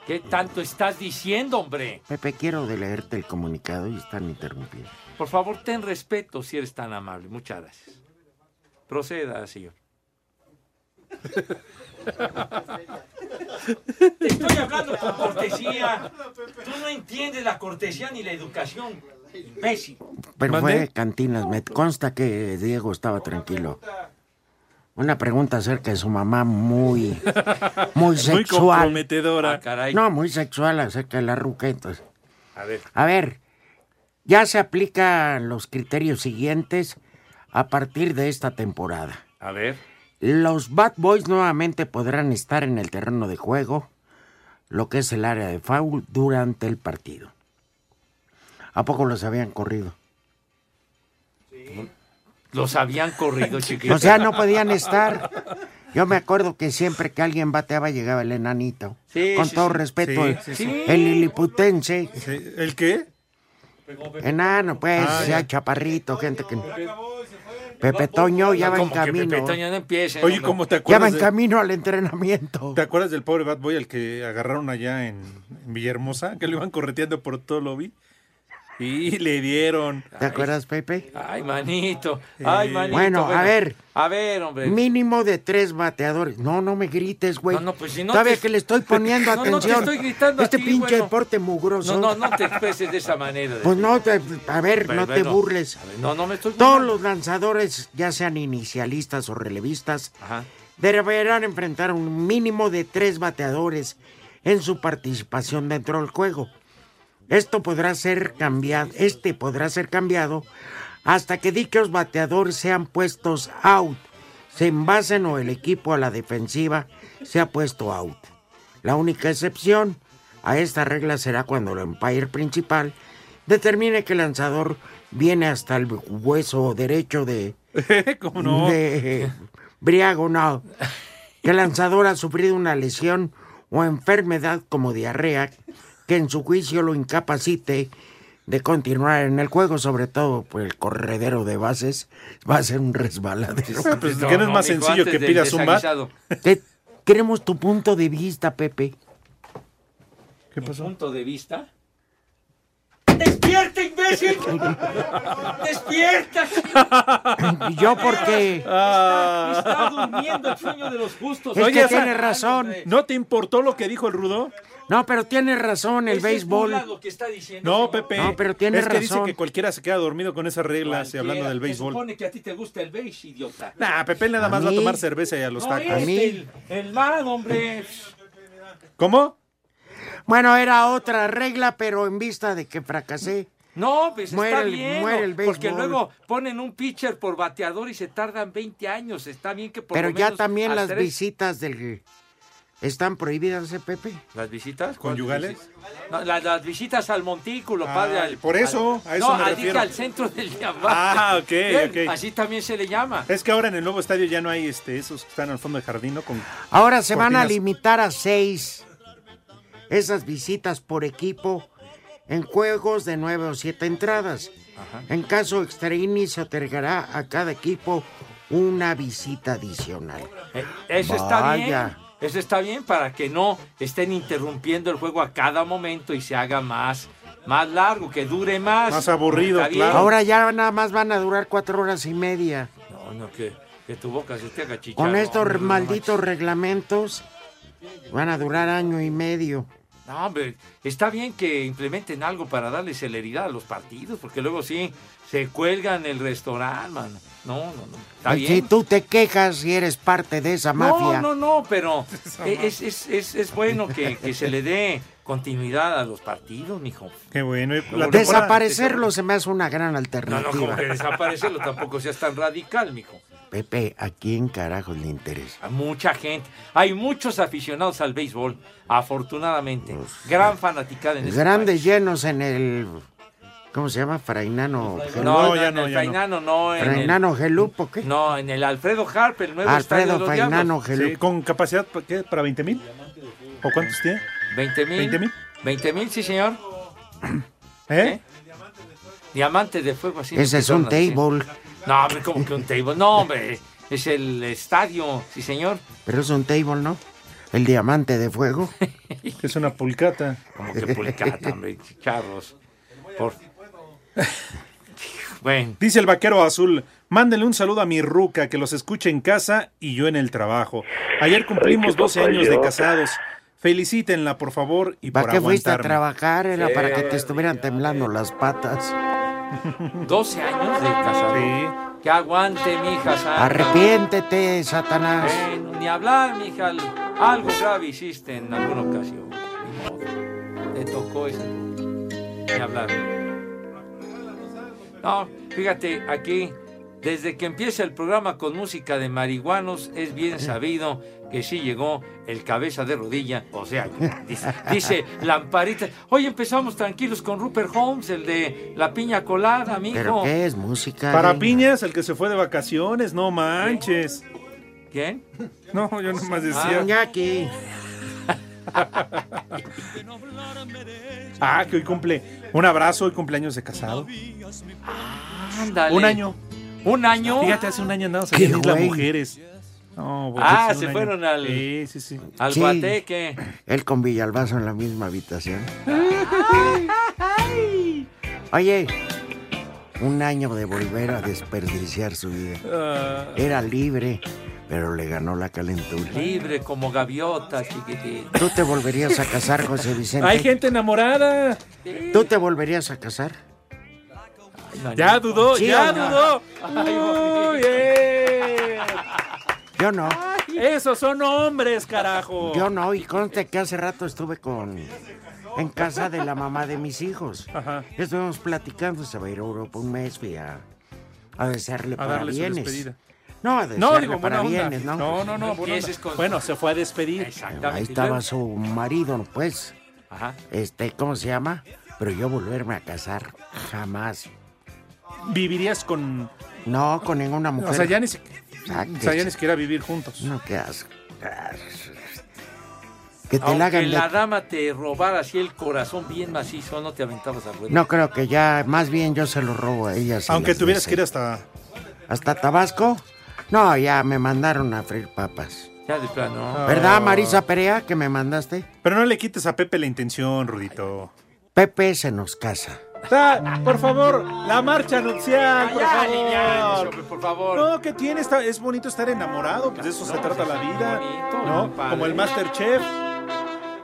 [SPEAKER 6] ¿Qué tanto estás diciendo, hombre?
[SPEAKER 4] Pepe, quiero de leerte el comunicado y están interrumpiendo.
[SPEAKER 6] Por favor, ten respeto si eres tan amable. Muchas gracias. Proceda, señor. Te estoy hablando con cortesía. Tú no entiendes la cortesía ni la educación. Imbécil.
[SPEAKER 4] Pero fue de cantinas. Me consta que Diego estaba tranquilo. Una pregunta acerca de su mamá muy, muy sexual.
[SPEAKER 5] comprometedora.
[SPEAKER 6] Ah, caray.
[SPEAKER 4] no, muy sexual acerca de la ruca. entonces.
[SPEAKER 6] A ver.
[SPEAKER 4] A ver, ya se aplican los criterios siguientes a partir de esta temporada.
[SPEAKER 6] A ver.
[SPEAKER 4] Los Bad Boys nuevamente podrán estar en el terreno de juego, lo que es el área de foul, durante el partido. ¿A poco los habían corrido?
[SPEAKER 6] Los
[SPEAKER 4] (laughs)
[SPEAKER 6] habían corrido, chiquito.
[SPEAKER 4] O sea, no podían estar. Yo me acuerdo que siempre que alguien bateaba llegaba el enanito.
[SPEAKER 6] Sí,
[SPEAKER 4] Con
[SPEAKER 6] sí,
[SPEAKER 4] todo
[SPEAKER 6] sí.
[SPEAKER 4] respeto,
[SPEAKER 6] Sí,
[SPEAKER 4] el,
[SPEAKER 6] sí, sí.
[SPEAKER 4] el liliputense.
[SPEAKER 5] ¿El ¿Eh? qué?
[SPEAKER 4] Enano, pues,
[SPEAKER 6] Ah,
[SPEAKER 4] sea
[SPEAKER 6] ya.
[SPEAKER 4] chaparrito, gente que... Pepe Toño ya va en
[SPEAKER 5] Como que
[SPEAKER 4] camino. ¿eh?
[SPEAKER 5] Pepe Toño no empiece,
[SPEAKER 4] Oye,
[SPEAKER 5] hombre. ¿cómo te
[SPEAKER 4] Ya va
[SPEAKER 5] acuerdas
[SPEAKER 4] en
[SPEAKER 5] de-
[SPEAKER 4] camino al entrenamiento.
[SPEAKER 5] ¿Te acuerdas del pobre Bad Boy al que agarraron allá en, en Villahermosa? Que lo iban correteando por todo el lobby. Y le dieron.
[SPEAKER 4] ¿Te acuerdas, Pepe?
[SPEAKER 6] Ay, manito.
[SPEAKER 4] Eh,
[SPEAKER 6] Ay, manito.
[SPEAKER 4] bueno, a ver.
[SPEAKER 6] A ver, hombre.
[SPEAKER 4] Mínimo de tres bateadores. No, no me grites, güey.
[SPEAKER 6] No, no, pues si no
[SPEAKER 4] Todavía
[SPEAKER 6] te-
[SPEAKER 4] que le estoy poniendo
[SPEAKER 6] (laughs) No, no te
[SPEAKER 4] atención.
[SPEAKER 6] estoy gritando a
[SPEAKER 4] Este
[SPEAKER 6] ti,
[SPEAKER 4] pinche
[SPEAKER 6] bueno.
[SPEAKER 4] deporte mugroso.
[SPEAKER 6] No, no, no te expreses de esa manera.
[SPEAKER 4] Pues no, te- a ver,
[SPEAKER 6] Pero
[SPEAKER 4] no te
[SPEAKER 6] bueno,
[SPEAKER 4] burles.
[SPEAKER 6] a ver, no, no me estoy
[SPEAKER 4] Todos
[SPEAKER 6] burlando.
[SPEAKER 4] los lanzadores, ya sean inicialistas o relevistas, deberán enfrentar un mínimo de tres bateadores en su participación dentro del juego. Esto podrá ser cambiado, este podrá ser cambiado hasta que dichos bateadores sean puestos out, se envasen o el equipo a la defensiva sea puesto out. La única excepción a esta regla será cuando el umpire principal determine que el lanzador viene hasta el hueso derecho de...
[SPEAKER 5] (laughs) ¿Cómo no?
[SPEAKER 4] de- Briago, no. Que el lanzador ha sufrido una lesión o enfermedad como diarrea que en su juicio lo incapacite de continuar en el juego, sobre todo por el corredero de bases, va a ser un resbaladero.
[SPEAKER 5] Ah, pues, ¿qué no es más
[SPEAKER 6] mijo,
[SPEAKER 5] sencillo
[SPEAKER 6] antes
[SPEAKER 5] que
[SPEAKER 6] del
[SPEAKER 5] pidas un bat?
[SPEAKER 6] desaguisado.
[SPEAKER 4] Te- queremos tu punto de vista, Pepe.
[SPEAKER 6] ¿Qué pasó? punto de vista? ¡Despierta,
[SPEAKER 4] (laughs)
[SPEAKER 6] imbécil! ¡Despierta!
[SPEAKER 4] Y Yo porque...
[SPEAKER 6] Está durmiendo el sueño de los justos.
[SPEAKER 4] Ah. Es que
[SPEAKER 5] o sea,
[SPEAKER 4] tiene razón.
[SPEAKER 5] ¿No te importó lo que dijo el rudo?
[SPEAKER 4] No, pero tiene razón el béisbol.
[SPEAKER 6] lo que está diciendo.
[SPEAKER 5] No,
[SPEAKER 6] señor.
[SPEAKER 5] Pepe.
[SPEAKER 4] No, pero tiene
[SPEAKER 5] es que dice
[SPEAKER 4] razón.
[SPEAKER 5] que cualquiera se queda dormido con esas reglas y hablando del
[SPEAKER 6] Se
[SPEAKER 5] béisbol.
[SPEAKER 6] supone que a ti te gusta el beige, idiota.
[SPEAKER 5] Nah, Pepe nada
[SPEAKER 4] ¿A
[SPEAKER 5] más va a
[SPEAKER 4] mí?
[SPEAKER 5] tomar cerveza y a
[SPEAKER 4] Pues
[SPEAKER 5] los
[SPEAKER 6] No,
[SPEAKER 5] tacos.
[SPEAKER 6] este, El, el mal, hombre.
[SPEAKER 5] ¿Cómo?
[SPEAKER 4] Bueno, era otra regla, pero en vista de que fracasé.
[SPEAKER 6] No, pues
[SPEAKER 4] Muere
[SPEAKER 6] está
[SPEAKER 4] el-
[SPEAKER 6] bien.
[SPEAKER 4] muere el
[SPEAKER 6] porque
[SPEAKER 4] béisbol.
[SPEAKER 6] luego ponen un pitcher por bateador y se tardan 20 años. Está bien que por
[SPEAKER 4] Pero
[SPEAKER 6] lo
[SPEAKER 4] ya
[SPEAKER 6] menos
[SPEAKER 4] también
[SPEAKER 6] a
[SPEAKER 4] las
[SPEAKER 6] tres-
[SPEAKER 4] visitas del... ¿Están prohibidas, eh, Pepe?
[SPEAKER 6] ¿Las visitas?
[SPEAKER 5] ¿Conyugales?
[SPEAKER 6] No, la- las visitas al montículo, padre.
[SPEAKER 5] Ah,
[SPEAKER 6] al-
[SPEAKER 5] por eso,
[SPEAKER 6] al-
[SPEAKER 5] a eso
[SPEAKER 6] no,
[SPEAKER 5] me
[SPEAKER 6] al-
[SPEAKER 5] refiero.
[SPEAKER 6] al centro del diamante.
[SPEAKER 5] Ah, ok,
[SPEAKER 6] Bien,
[SPEAKER 5] ok.
[SPEAKER 6] Así también se le llama.
[SPEAKER 5] Es que ahora en el nuevo estadio ya no hay este, esos que están al fondo del jardín, ¿no? Con
[SPEAKER 4] Ahora se van a
[SPEAKER 5] cortinas.
[SPEAKER 4] limitar a seis esas visitas por equipo en juegos de nueve o siete entradas. En caso extra inning se otorgará a cada equipo una visita adicional.
[SPEAKER 6] Eh, Eso está bien.
[SPEAKER 4] Vaya.
[SPEAKER 6] Eso está bien para que no estén interrumpiendo el juego a cada momento y se haga más, más largo, que dure más.
[SPEAKER 5] Más aburrido,
[SPEAKER 6] Está bien.
[SPEAKER 4] Ahora ya nada más van a durar cuatro horas y media.
[SPEAKER 6] No, no, que, que tu boca se te haga chicharrón.
[SPEAKER 4] Con estos
[SPEAKER 6] No, no,
[SPEAKER 4] malditos reglamentos van a durar año y medio.
[SPEAKER 6] No, hombre, está bien que implementen algo para darle celeridad a los partidos, porque luego sí se cuelgan el restaurante, man. No, no, no. Está
[SPEAKER 4] Ay, Pues, Si
[SPEAKER 6] bien.
[SPEAKER 4] tú te quejas y eres parte de esa mafia.
[SPEAKER 6] No, no, no, pero e,
[SPEAKER 4] Esa
[SPEAKER 6] es, es, es, es bueno que, que se le dé continuidad a los partidos, mijo.
[SPEAKER 5] Qué bueno. y la temporada-
[SPEAKER 4] Desaparecerlo se me hace una gran
[SPEAKER 6] No, no, como
[SPEAKER 4] alternativa.
[SPEAKER 6] que desaparecerlo tampoco seas tan radical, mijo.
[SPEAKER 4] Pepe, ¿a quién carajos le interesa?
[SPEAKER 6] A mucha gente. Hay muchos aficionados al béisbol, afortunadamente. Gran fanaticada en este
[SPEAKER 4] Grandes llenos en el. ¿Cómo se llama? Frainano.
[SPEAKER 6] país.
[SPEAKER 4] Gelu-
[SPEAKER 6] No, ya no, no. en el-
[SPEAKER 4] Frainano Gelupo, ¿qué?
[SPEAKER 6] no, en el Alfredo Harper, el nuevo estadio de
[SPEAKER 4] Alfredo
[SPEAKER 6] los
[SPEAKER 4] Fainano
[SPEAKER 6] Diablos.
[SPEAKER 4] Gelupo.
[SPEAKER 5] Sí, ¿Con capacidad pa- qué, para 20 mil? ¿O cuántos tiene?
[SPEAKER 6] 20 mil.
[SPEAKER 5] 20 mil.
[SPEAKER 6] 20 mil, sí, señor.
[SPEAKER 5] ¿Eh?
[SPEAKER 6] Diamantes de fuego, así.
[SPEAKER 4] Ese
[SPEAKER 6] me
[SPEAKER 4] es un
[SPEAKER 6] quitaron así.
[SPEAKER 4] table,
[SPEAKER 6] No, hombre, como que un table. No, hombre, es el estadio, sí, señor.
[SPEAKER 4] pero es un table, ¿no? El diamante de fuego. ¿Eh?
[SPEAKER 5] Es una pulcata.
[SPEAKER 6] Como que pulcata, hombre, chicharros. (laughs) Por- Bueno.
[SPEAKER 5] Dice el vaquero azul, mándele un saludo a mi ruca que los escuche en casa y yo en el trabajo. Ayer
[SPEAKER 4] Ay,
[SPEAKER 5] cumplimos
[SPEAKER 4] qué
[SPEAKER 5] 12 años de
[SPEAKER 4] papayota.
[SPEAKER 5] casados. Felicítenla, por favor, y por
[SPEAKER 4] ¿Para qué fuiste a
[SPEAKER 5] aguantarme.
[SPEAKER 4] trabajar? Era
[SPEAKER 5] Sí.
[SPEAKER 4] para que te estuvieran temblando las patas.
[SPEAKER 6] 12 años de casado. Que aguante, mija santa.
[SPEAKER 4] Arrepiéntete, Satanás.
[SPEAKER 6] Bueno, ni hablar, mija. Algo grave hiciste en alguna ocasión. Ni modo. Te tocó eso. Ni hablar. No, fíjate, aquí, desde que empieza el programa con música de marihuanos, es bien sabido que sí llegó el cabeza de rodilla, o sea, dice, dice Lamparita. Hoy empezamos tranquilos con Rupert Holmes, el de la piña colada, amigo.
[SPEAKER 4] ¿Pero qué es música?
[SPEAKER 5] Para
[SPEAKER 4] de-
[SPEAKER 5] piñas, el que se fue de vacaciones, no manches.
[SPEAKER 6] ¿Quién?
[SPEAKER 5] Ah. No, yo nomás decía.
[SPEAKER 4] Iñaki.
[SPEAKER 5] Ah, que hoy cumple. Un abrazo, hoy cumpleaños de casado.
[SPEAKER 6] Ándale.
[SPEAKER 5] Un año.
[SPEAKER 6] ¿Un año?
[SPEAKER 5] Fíjate, hace un año andamos
[SPEAKER 6] Qué
[SPEAKER 5] aquí en Isla
[SPEAKER 4] güey.
[SPEAKER 5] Mujeres. No, güey,
[SPEAKER 6] Ah,
[SPEAKER 5] hace un
[SPEAKER 6] se
[SPEAKER 5] año.
[SPEAKER 6] fueron al-
[SPEAKER 5] Sí, sí, sí.
[SPEAKER 6] Al
[SPEAKER 4] Sí.
[SPEAKER 6] guateque.
[SPEAKER 4] Él con Villalbazo en la misma habitación. Oye, un año de volver a desperdiciar su vida.
[SPEAKER 6] Ah,
[SPEAKER 4] Era libre, pero le ganó la calentura.
[SPEAKER 6] libre como gaviota, chiquitín.
[SPEAKER 4] ¿Tú te volverías a casar, José Vicente?
[SPEAKER 5] Hay gente enamorada.
[SPEAKER 4] ¿Tú te volverías a casar?
[SPEAKER 5] Ya dudó,
[SPEAKER 4] ¿Sí
[SPEAKER 5] ya
[SPEAKER 4] o no?
[SPEAKER 5] dudó.
[SPEAKER 6] Ay,
[SPEAKER 5] Uy, eh.
[SPEAKER 4] Yo no,
[SPEAKER 5] Esos son hombres, carajo.
[SPEAKER 4] yo no. Y conste que hace rato estuve con... En casa de la mamá de mis hijos. Estuvimos platicando, se va a ir a Europa un mes, fui a, a desearle
[SPEAKER 5] A
[SPEAKER 4] para
[SPEAKER 5] darle su
[SPEAKER 4] bienes.
[SPEAKER 5] despedida.
[SPEAKER 4] No, a
[SPEAKER 5] No,
[SPEAKER 4] desearle
[SPEAKER 5] digo,
[SPEAKER 4] pues, para
[SPEAKER 5] buena onda.
[SPEAKER 4] bienes, ¿no?
[SPEAKER 5] No, no, no. buena onda. Bueno, se fue a despedir.
[SPEAKER 4] Ahí estaba su marido, pues.
[SPEAKER 6] Ajá.
[SPEAKER 4] Este, ¿cómo se llama? Pero yo volverme a casar, jamás.
[SPEAKER 5] ¿Vivirías con...?
[SPEAKER 4] No, con ninguna mujer.
[SPEAKER 5] O sea, ya ni, si- o
[SPEAKER 4] Sáquese.
[SPEAKER 5] sea, ya ni siquiera vivir juntos.
[SPEAKER 4] No, qué asco. Que te la
[SPEAKER 6] Aunque
[SPEAKER 4] hagan de-
[SPEAKER 6] la dama te robara así el corazón bien macizo, no te aventabas al ruedo.
[SPEAKER 4] No creo que ya, más bien yo se lo robo a ella. si
[SPEAKER 5] Aunque
[SPEAKER 4] las
[SPEAKER 5] tuvieras que ir
[SPEAKER 4] deseo.
[SPEAKER 5] hasta...
[SPEAKER 4] ¿Hasta Tabasco? No, ya me mandaron a freír papas.
[SPEAKER 6] Ya de plano.
[SPEAKER 3] Ah.
[SPEAKER 4] ¿Verdad, Marisa Perea, que me mandaste?
[SPEAKER 5] Pero no le quites a Pepe la intención, Rudito.
[SPEAKER 4] Pepe se nos casa.
[SPEAKER 5] Ta- Por favor, la marcha nupcial, por
[SPEAKER 6] Ya,
[SPEAKER 5] favor.
[SPEAKER 6] niñanes,
[SPEAKER 5] pues,
[SPEAKER 6] hombre, por favor.
[SPEAKER 5] No, que tiene, está, es bonito estar enamorado, pues de eso se trata la vida, ¿no?
[SPEAKER 6] padre.
[SPEAKER 5] Como el Masterchef,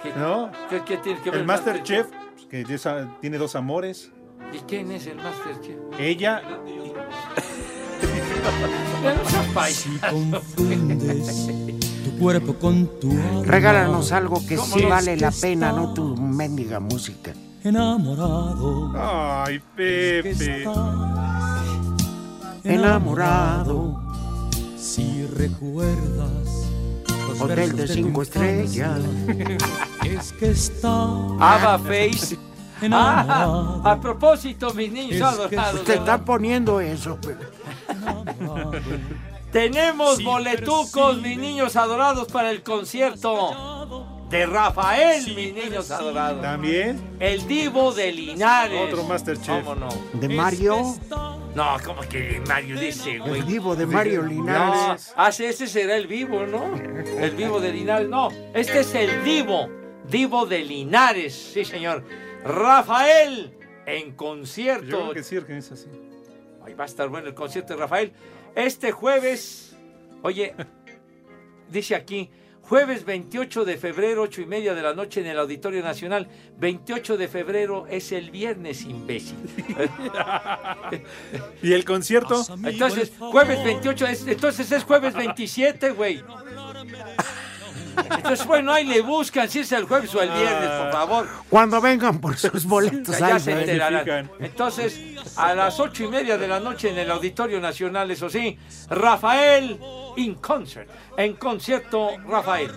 [SPEAKER 6] ¿Qué-
[SPEAKER 5] ¿no?
[SPEAKER 6] ¿Qué, qué tiene que ver
[SPEAKER 5] El Masterchef, pues, que de esa- tiene dos amores,
[SPEAKER 6] ¿Y quién es el Masterchef?
[SPEAKER 5] ella...
[SPEAKER 6] Si
[SPEAKER 3] confundes tu cuerpo con tu alma.
[SPEAKER 4] Regálanos algo que
[SPEAKER 3] ¿Cómo
[SPEAKER 4] sí
[SPEAKER 3] no?
[SPEAKER 4] vale la
[SPEAKER 3] Es que
[SPEAKER 4] pena, no
[SPEAKER 3] estás
[SPEAKER 4] tu mendiga música.
[SPEAKER 3] Enamorado.
[SPEAKER 5] Ay, Pepe.
[SPEAKER 4] Enamorado.
[SPEAKER 3] Si recuerdas. los
[SPEAKER 4] Hotel
[SPEAKER 3] versos
[SPEAKER 4] de
[SPEAKER 3] tu
[SPEAKER 4] cinco estrellas.
[SPEAKER 3] infancia, Es que
[SPEAKER 7] Este
[SPEAKER 3] estás
[SPEAKER 6] Ava Face.
[SPEAKER 3] enamorado.
[SPEAKER 6] Ah, a propósito, mis niños adorados.
[SPEAKER 4] Te
[SPEAKER 6] ¿verdad?
[SPEAKER 4] están poniendo eso. Pepe.
[SPEAKER 6] Tenemos boletucos, mis niños adorados, para el concierto de Rafael, mis niños adorados.
[SPEAKER 5] También,
[SPEAKER 6] El divo de Linares.
[SPEAKER 5] otro Masterchef.
[SPEAKER 6] ¿Cómo no?
[SPEAKER 4] De Mario,
[SPEAKER 6] No, como que Mario dice, güey.
[SPEAKER 4] el vivo de Mario Linares.
[SPEAKER 6] No, ah, sí, ese será el vivo, ¿no? El vivo de Linares. No, este es el divo. Divo de Linares, sí, señor. Rafael en
[SPEAKER 5] Yo creo
[SPEAKER 6] concierto.
[SPEAKER 5] que sí, que es así.
[SPEAKER 6] Ahí va a estar bueno el concierto de Rafael. Este jueves, oye, dice aquí, jueves 28 de febrero, 8 y media de la noche en el Auditorio Nacional. 28 de febrero es el viernes, imbécil.
[SPEAKER 5] ¿Y el concierto?
[SPEAKER 6] Entonces, jueves 28, es- entonces es jueves 27, güey. Entonces, bueno, ahí le buscan si es el jueves o el viernes, por favor.
[SPEAKER 4] Cuando vengan por sus
[SPEAKER 3] (laughs)
[SPEAKER 4] boletos,
[SPEAKER 6] Ya
[SPEAKER 4] ahí
[SPEAKER 6] se
[SPEAKER 4] ven.
[SPEAKER 6] enterarán. Entonces, a las ocho y media de la noche en el Auditorio Nacional, eso sí, Rafael in concert, en concierto Rafael.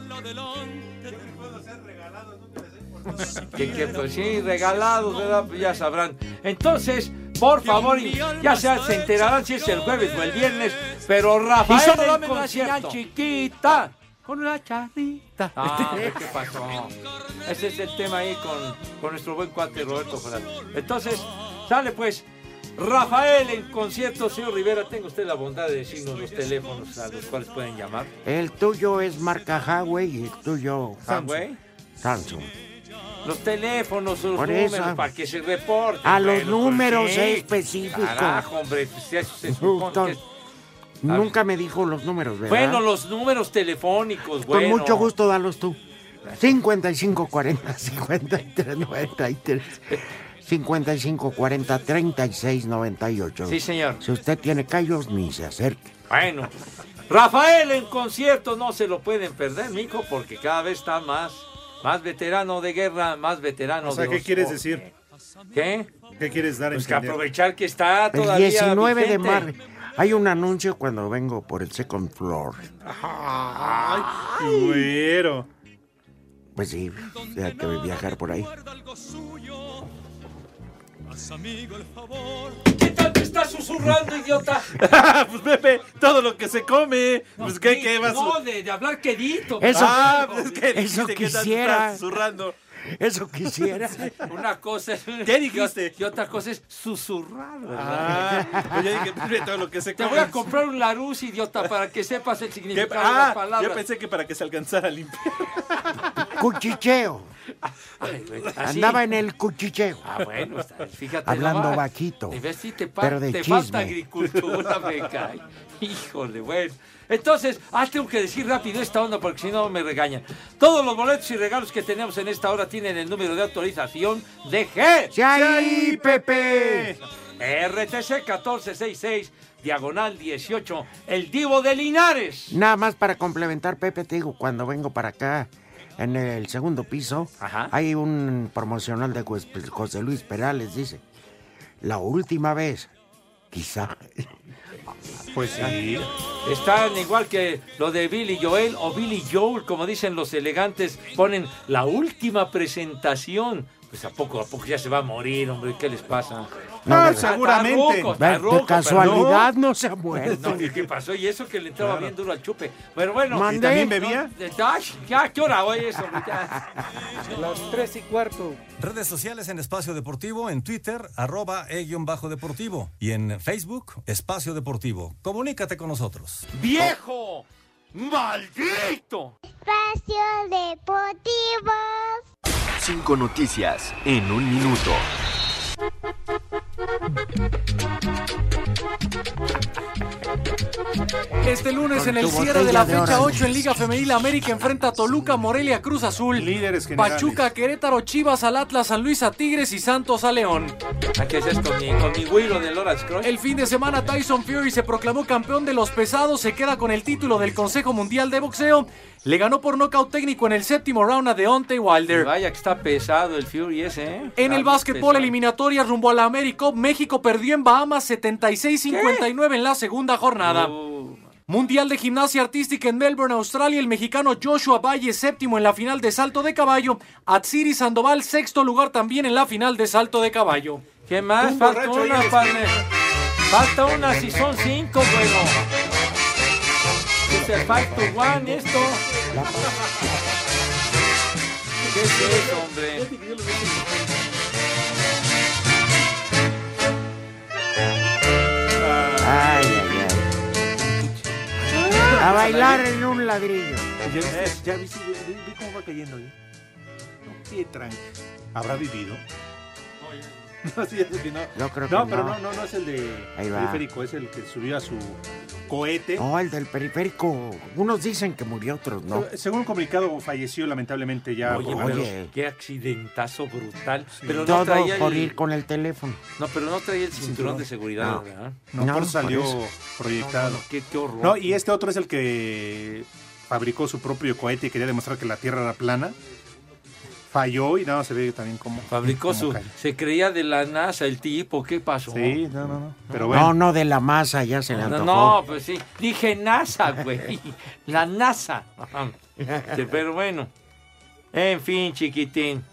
[SPEAKER 6] Que, que, pues sí, regalados, ¿verdad? Pues ya sabrán. Entonces, por favor, y- ya sea, se enterarán si es el jueves o el viernes, pero
[SPEAKER 3] Y
[SPEAKER 6] Rafael
[SPEAKER 3] solo
[SPEAKER 6] en
[SPEAKER 3] dame una
[SPEAKER 6] concierto.
[SPEAKER 3] señal
[SPEAKER 6] chiquita, con una charrita. Ah, ¿qué pasó? Ese es el tema ahí con, con nuestro buen cuate Roberto Fernández. Entonces, sale pues. Rafael en concierto, señor Rivera, tenga usted la bondad de decirnos los teléfonos a los cuales pueden llamar.
[SPEAKER 4] El tuyo es marca Huawei y el tuyo
[SPEAKER 6] Ah, güey.
[SPEAKER 4] Samsung.
[SPEAKER 6] Los teléfonos, los
[SPEAKER 4] Por
[SPEAKER 6] números,
[SPEAKER 4] eso.
[SPEAKER 6] para que se reporten.
[SPEAKER 4] A los
[SPEAKER 6] Bueno, pues,
[SPEAKER 4] números
[SPEAKER 6] sí.
[SPEAKER 4] específicos.
[SPEAKER 6] Carajo, hombre, pues, ya se supone
[SPEAKER 4] Justo.
[SPEAKER 6] que es-
[SPEAKER 4] Nunca me dijo los números, ¿verdad?
[SPEAKER 6] Bueno, los números telefónicos,
[SPEAKER 4] Con
[SPEAKER 6] bueno.
[SPEAKER 4] mucho gusto, dalos tú. 55 40 53 93 55 40 36 98.
[SPEAKER 6] Sí, señor.
[SPEAKER 4] Si usted tiene callos, ni se acerque.
[SPEAKER 6] Bueno. Rafael en concierto, no se lo pueden perder, mijo, porque cada vez está más, más veterano de guerra, más veterano
[SPEAKER 5] O sea,
[SPEAKER 6] de
[SPEAKER 5] ¿qué
[SPEAKER 6] los-
[SPEAKER 5] quieres decir?
[SPEAKER 6] ¿Qué?
[SPEAKER 5] ¿Qué quieres dar a
[SPEAKER 6] Pues que
[SPEAKER 5] entender?
[SPEAKER 6] aprovechar que está
[SPEAKER 4] El
[SPEAKER 6] todavía
[SPEAKER 4] 19 de
[SPEAKER 6] vigente.
[SPEAKER 4] marzo. Hay un anuncio cuando vengo por el second floor.
[SPEAKER 5] Ay, güero.
[SPEAKER 4] Pues sí, hay que viajar por ahí.
[SPEAKER 6] ¿Qué tal te estás susurrando, (laughs) idiota?
[SPEAKER 5] (laughs) pues Pepe, todo lo que se come. Pues qué, qué vas
[SPEAKER 6] No, de, de hablar quedito.
[SPEAKER 4] Eso,
[SPEAKER 5] Ah, pues es que
[SPEAKER 4] eso
[SPEAKER 5] dijiste que estás-
[SPEAKER 4] quisiera.
[SPEAKER 5] estás susurrando.
[SPEAKER 4] Eso
[SPEAKER 6] (laughs)
[SPEAKER 4] quisiera.
[SPEAKER 6] (laughs) Una cosa es. ¿Qué dijiste? Y otra cosa es susurrar. ¿verdad?
[SPEAKER 5] Ah, yo dije, mire, todo lo que se
[SPEAKER 6] Te
[SPEAKER 5] come
[SPEAKER 6] voy a
[SPEAKER 5] es-
[SPEAKER 6] comprar un Larus, idiota, para que sepas el
[SPEAKER 5] ¿Qué-
[SPEAKER 6] significado de
[SPEAKER 5] Ah,
[SPEAKER 6] las palabras.
[SPEAKER 5] yo pensé que para que se alcanzara a limpiar.
[SPEAKER 4] Cuchicheo.
[SPEAKER 6] Ay, güey, así.
[SPEAKER 4] Andaba en el cuchicheo.
[SPEAKER 6] Ah, bueno, está- fíjate.
[SPEAKER 4] Hablando
[SPEAKER 6] nomás.
[SPEAKER 4] vaquito.
[SPEAKER 6] De ver si te, pa-
[SPEAKER 4] pero de
[SPEAKER 6] te
[SPEAKER 4] chisme.
[SPEAKER 6] falta agricultura, me cae. Híjole, bueno. Entonces, ah, tengo que decir rápido esta onda porque si no me regañan. Todos los boletos y regalos que tenemos en esta hora tienen el número de autorización de G.
[SPEAKER 4] ¡Chay, Pepe!
[SPEAKER 6] RTC 1466, diagonal 18, el Divo de Linares.
[SPEAKER 4] Nada más para complementar, Pepe, te digo, cuando vengo para acá, en el segundo piso, hay un promocional de Jus- José Luis Perales, dice, la última vez, quizá.
[SPEAKER 5] Pues sí.
[SPEAKER 6] Están igual que lo de Billy Joel o Billy Joel, como dicen los elegantes, ponen la última presentación. Pues a poco, a poco ya se va a morir, hombre, ¿qué les pasa?
[SPEAKER 4] No,
[SPEAKER 6] Ah,
[SPEAKER 4] de-
[SPEAKER 6] Está roco, (laughs) está
[SPEAKER 4] De
[SPEAKER 6] roco, pero
[SPEAKER 4] casualidad no se ha muerto.
[SPEAKER 6] (laughs) No, ¿y ¿qué pasó? Y eso que le entraba
[SPEAKER 4] Claro.
[SPEAKER 6] bien duro al chupe. Pero bueno.
[SPEAKER 4] ¿Y Mandé. también bebía?
[SPEAKER 6] No, ay, ya, ¿qué hora hoy eso? Las tres y cuarto.
[SPEAKER 11] Redes sociales en Espacio Deportivo, en Twitter, arroba e-deportivo y en Facebook, Espacio Deportivo. Comunícate con nosotros.
[SPEAKER 6] ¡Viejo! ¡Maldito!
[SPEAKER 15] Espacio Deportivo.
[SPEAKER 1] Cinco noticias en un minuto.
[SPEAKER 7] Este lunes
[SPEAKER 5] Con
[SPEAKER 7] en el
[SPEAKER 5] tu
[SPEAKER 7] cierre de la
[SPEAKER 5] botella de
[SPEAKER 7] fecha
[SPEAKER 5] Orange.
[SPEAKER 7] 8 en Liga Femenil América enfrenta a Toluca, Morelia, Cruz Azul,
[SPEAKER 5] Líderes generales.
[SPEAKER 7] Pachuca, Querétaro, Chivas al Atlas, San Luis a Tigres y Santos a León.
[SPEAKER 6] Aquí es con mi, con mi güiro del Loras Cross.
[SPEAKER 7] El fin de semana Tyson Fury se proclamó campeón de los pesados, se queda con el título del Consejo Mundial de Boxeo, le ganó por nocaut técnico en el séptimo round a Deontay Wilder.
[SPEAKER 6] Vaya que está pesado el Fury ese, ¿eh?
[SPEAKER 7] En el
[SPEAKER 6] Está
[SPEAKER 7] básquetbol
[SPEAKER 6] pesado.
[SPEAKER 7] eliminatoria rumbo a la América, México perdió en Bahamas 76-59 en la segunda jornada.
[SPEAKER 6] Oh. Uh.
[SPEAKER 7] Mundial de Gimnasia Artística en Melbourne, Australia, el mexicano Joshua Valle séptimo en la final de salto de caballo, Atsiri Sandoval sexto lugar también en la final de salto de caballo.
[SPEAKER 6] ¿Qué más? Falta una, padre. Falta una, si son cinco, bueno. Dice Five to One, esto. ¿Qué es eso, hombre?
[SPEAKER 4] Ay, ay, ay. A bailar en un ladrillo.
[SPEAKER 5] Ya, viste- ya viste, ve- ve- ve cómo va cayendo ahí. No, qué tranqui. ¿Habrá vivido? (laughs) No, sí, es que no.
[SPEAKER 4] Yo creo
[SPEAKER 5] no,
[SPEAKER 4] que
[SPEAKER 5] pero
[SPEAKER 4] no.
[SPEAKER 5] no, no, no es el de
[SPEAKER 4] Ahí va.
[SPEAKER 5] periférico, es el que subió a su cohete.
[SPEAKER 4] No, el del periférico. Unos dicen que murió, otros no.
[SPEAKER 5] Eh, Según un comunicado, falleció lamentablemente ya.
[SPEAKER 4] Oye,
[SPEAKER 5] por
[SPEAKER 4] pero-
[SPEAKER 5] varios-
[SPEAKER 6] Qué accidentazo brutal. Pero no
[SPEAKER 4] Todo
[SPEAKER 6] traía
[SPEAKER 4] por
[SPEAKER 6] el,
[SPEAKER 4] ir con el teléfono.
[SPEAKER 6] no, pero no traía el cinturón de seguridad,
[SPEAKER 4] No.
[SPEAKER 6] ¿verdad?
[SPEAKER 4] No, No, por por
[SPEAKER 5] salió
[SPEAKER 4] eso.
[SPEAKER 5] proyectado.
[SPEAKER 6] No, no, no, qué, qué horror.
[SPEAKER 5] No, y este otro es el que fabricó su propio cohete y quería demostrar que la Tierra era plana. Falló y nada, se ve también cómo.
[SPEAKER 6] Fabricó
[SPEAKER 5] cómo
[SPEAKER 6] su.
[SPEAKER 5] cayó.
[SPEAKER 6] Se creía de la NASA el tipo, ¿qué pasó?
[SPEAKER 5] Sí, no, no, no. Pero
[SPEAKER 4] No,
[SPEAKER 5] bueno.
[SPEAKER 4] no, de la masa ya se le
[SPEAKER 6] No,
[SPEAKER 4] antojó.
[SPEAKER 6] no, pues sí.
[SPEAKER 4] (laughs)
[SPEAKER 6] Dije NASA, güey. La NASA. Sí, Pero bueno. En fin, chiquitín.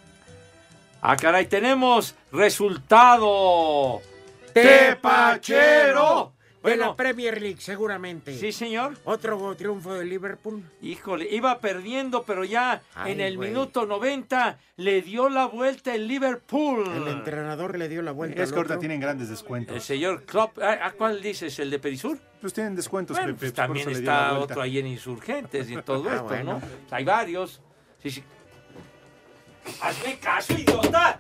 [SPEAKER 6] Ah, caray, tenemos resultado. ¡Tepachero!
[SPEAKER 4] De la
[SPEAKER 6] Bueno,
[SPEAKER 4] Premier League, seguramente.
[SPEAKER 6] sí, señor.
[SPEAKER 4] Otro go- triunfo de Liverpool.
[SPEAKER 6] Híjole, iba perdiendo, pero ya
[SPEAKER 4] Ay,
[SPEAKER 6] en el
[SPEAKER 4] güey.
[SPEAKER 6] minuto 90 le dio la vuelta el Liverpool.
[SPEAKER 4] El entrenador le dio la vuelta.
[SPEAKER 5] Es
[SPEAKER 4] al
[SPEAKER 5] que ahorita
[SPEAKER 4] otro.
[SPEAKER 5] tienen grandes descuentos.
[SPEAKER 6] El señor Klopp, ¿a, a cuál dices? ¿El de Perisur?
[SPEAKER 5] Pues tienen descuentos,
[SPEAKER 6] Bueno,
[SPEAKER 5] Pepe,
[SPEAKER 6] pues
[SPEAKER 5] por eso
[SPEAKER 6] también
[SPEAKER 5] le dio la
[SPEAKER 6] está
[SPEAKER 5] vuelta.
[SPEAKER 6] otro ahí en Insurgentes y en todo
[SPEAKER 5] Ah,
[SPEAKER 6] esto,
[SPEAKER 5] bueno.
[SPEAKER 6] ¿no? Pues Hay varios. Sí, sí. ¡Hazme caso, idiota!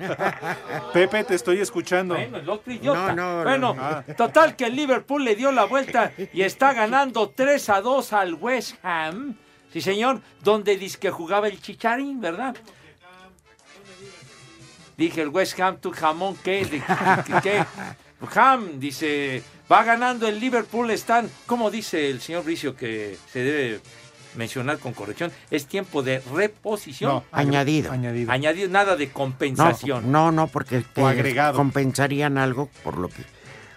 [SPEAKER 5] Pepe, te estoy escuchando.
[SPEAKER 6] Bueno, el otro idiota.
[SPEAKER 5] No, no,
[SPEAKER 6] bueno,
[SPEAKER 5] no, Ah. no.
[SPEAKER 6] total que el Liverpool le dio la vuelta y está ganando 3 a 2 al West Ham. Sí, señor, donde dice que jugaba el Chicharín, ¿verdad? Dije, el West Ham, tu jamón, ¿qué? De- ¿Qué? qué? Pues Ham, dice, va ganando el Liverpool, están, como dice el señor Bricio, que se debe mencionar con corrección, es tiempo de reposición.
[SPEAKER 4] No, Añadido.
[SPEAKER 5] Añadido.
[SPEAKER 6] Añadido, nada de
[SPEAKER 4] No,
[SPEAKER 6] compensación.
[SPEAKER 4] no, no, porque te
[SPEAKER 6] agregado.
[SPEAKER 4] compensarían algo por lo que...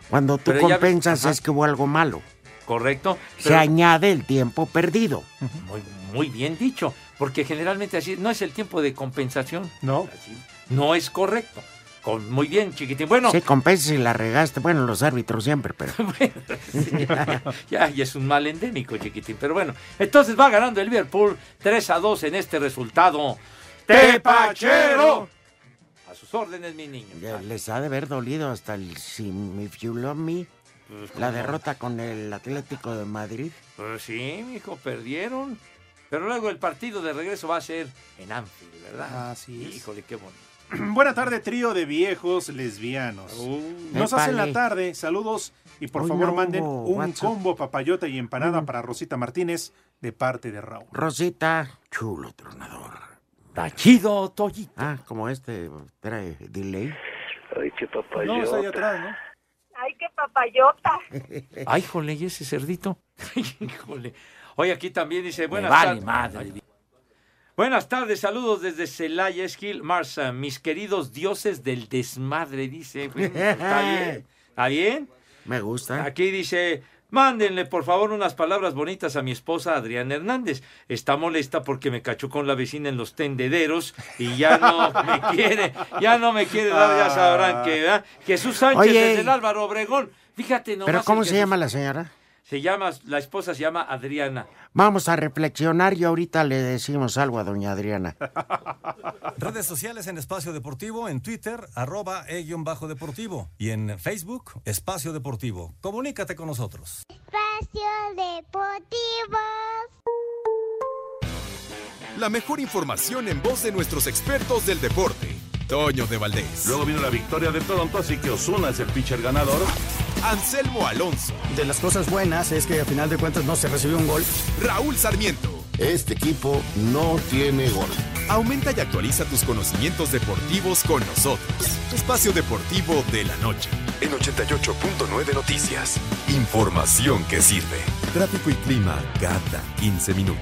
[SPEAKER 4] Cuando tú
[SPEAKER 6] Pero ya ves-
[SPEAKER 4] compensas
[SPEAKER 6] ajá.
[SPEAKER 4] es que hubo algo malo.
[SPEAKER 6] ¿Correcto?
[SPEAKER 4] Se
[SPEAKER 6] Pero-
[SPEAKER 4] añade el tiempo perdido.
[SPEAKER 6] Muy, muy bien dicho, porque generalmente así no es el tiempo de compensación.
[SPEAKER 5] No. (clears throat)
[SPEAKER 6] No es correcto. Con- muy bien, chiquitín. Bueno,
[SPEAKER 4] Sí, compensas y la regaste. Bueno, los árbitros siempre,
[SPEAKER 6] (laughs)
[SPEAKER 4] pero...
[SPEAKER 6] ya, ya es un mal endémico, chiquitín. Pero bueno, entonces va ganando el Liverpool 3 a 2 en este resultado. ¡Tepachero! A sus órdenes, mi niño. Ah,
[SPEAKER 4] Ya Les ha de haber dolido hasta el Sim If You Love Me, la derrota con el Atlético de Madrid.
[SPEAKER 6] Pues sí, mijo, perdieron. Pero luego el partido de regreso va a ser en Anfield, ¿verdad?
[SPEAKER 5] Así es.
[SPEAKER 6] Híjole, qué bonito.
[SPEAKER 5] Buena tarde, trío de viejos lesbianos.
[SPEAKER 6] Uh.
[SPEAKER 5] Nos hacen
[SPEAKER 6] Épale.
[SPEAKER 5] la tarde, saludos y por
[SPEAKER 4] Hoy
[SPEAKER 5] favor
[SPEAKER 4] no
[SPEAKER 5] manden
[SPEAKER 4] hubo
[SPEAKER 5] un
[SPEAKER 4] WhatsApp. Mm.
[SPEAKER 5] combo papayota y empanada para Rosita Martínez de parte de Raúl.
[SPEAKER 4] Rosita, chulo tronador.
[SPEAKER 6] Tachido, Toyito.
[SPEAKER 4] Ah, como este, trae delay.
[SPEAKER 8] Ay, qué papá.
[SPEAKER 5] No, está ahí atrás, ¿no?
[SPEAKER 10] Ay, qué papayota.
[SPEAKER 6] Ay, jole, ¿y ese cerdito? (laughs) Híjole. Oye, aquí también dice, buenas
[SPEAKER 4] vale
[SPEAKER 6] tardes.
[SPEAKER 4] madre.
[SPEAKER 6] Buenas tardes, saludos desde Celaya, Esquil, Marsa, mis queridos dioses del desmadre, dice.
[SPEAKER 4] (laughs)
[SPEAKER 6] Bueno, pues, Está bien, está bien.
[SPEAKER 4] Me gusta.
[SPEAKER 6] Aquí dice, mándenle por favor unas palabras bonitas a mi esposa Adriana Hernández. Está molesta porque me cachó con la vecina en los tendederos y ya no
[SPEAKER 4] (laughs)
[SPEAKER 6] me quiere, ya no me quiere dar, ya sabrán que, ¿verdad? Jesús Sánchez
[SPEAKER 4] Oye.
[SPEAKER 6] desde el Álvaro Obregón. Fíjate nomás.
[SPEAKER 4] ¿Pero
[SPEAKER 6] el
[SPEAKER 4] cómo se
[SPEAKER 6] Jesús-
[SPEAKER 4] llama la señora?
[SPEAKER 6] Se llama, la esposa se llama Adriana.
[SPEAKER 4] Vamos a reflexionar y ahorita le decimos algo a doña Adriana.
[SPEAKER 11] Redes sociales en Espacio Deportivo, en Twitter, arroba E e-deportivo y en Facebook, Espacio Deportivo. Comunícate con nosotros.
[SPEAKER 15] Espacio Deportivo.
[SPEAKER 22] La mejor información en voz de nuestros expertos del deporte. Toño de Valdés.
[SPEAKER 23] Luego vino la victoria de Toronto, así que Osuna es el pitcher ganador.
[SPEAKER 22] Anselmo Alonso.
[SPEAKER 24] De las cosas buenas es que a final de cuentas no se recibió un gol.
[SPEAKER 22] Raúl Sarmiento.
[SPEAKER 24] Este equipo no tiene gol.
[SPEAKER 22] Aumenta y actualiza tus conocimientos deportivos con nosotros. Espacio Deportivo de la Noche. En 88.9 Noticias. Información que sirve. Tráfico y clima cada 15 minutos.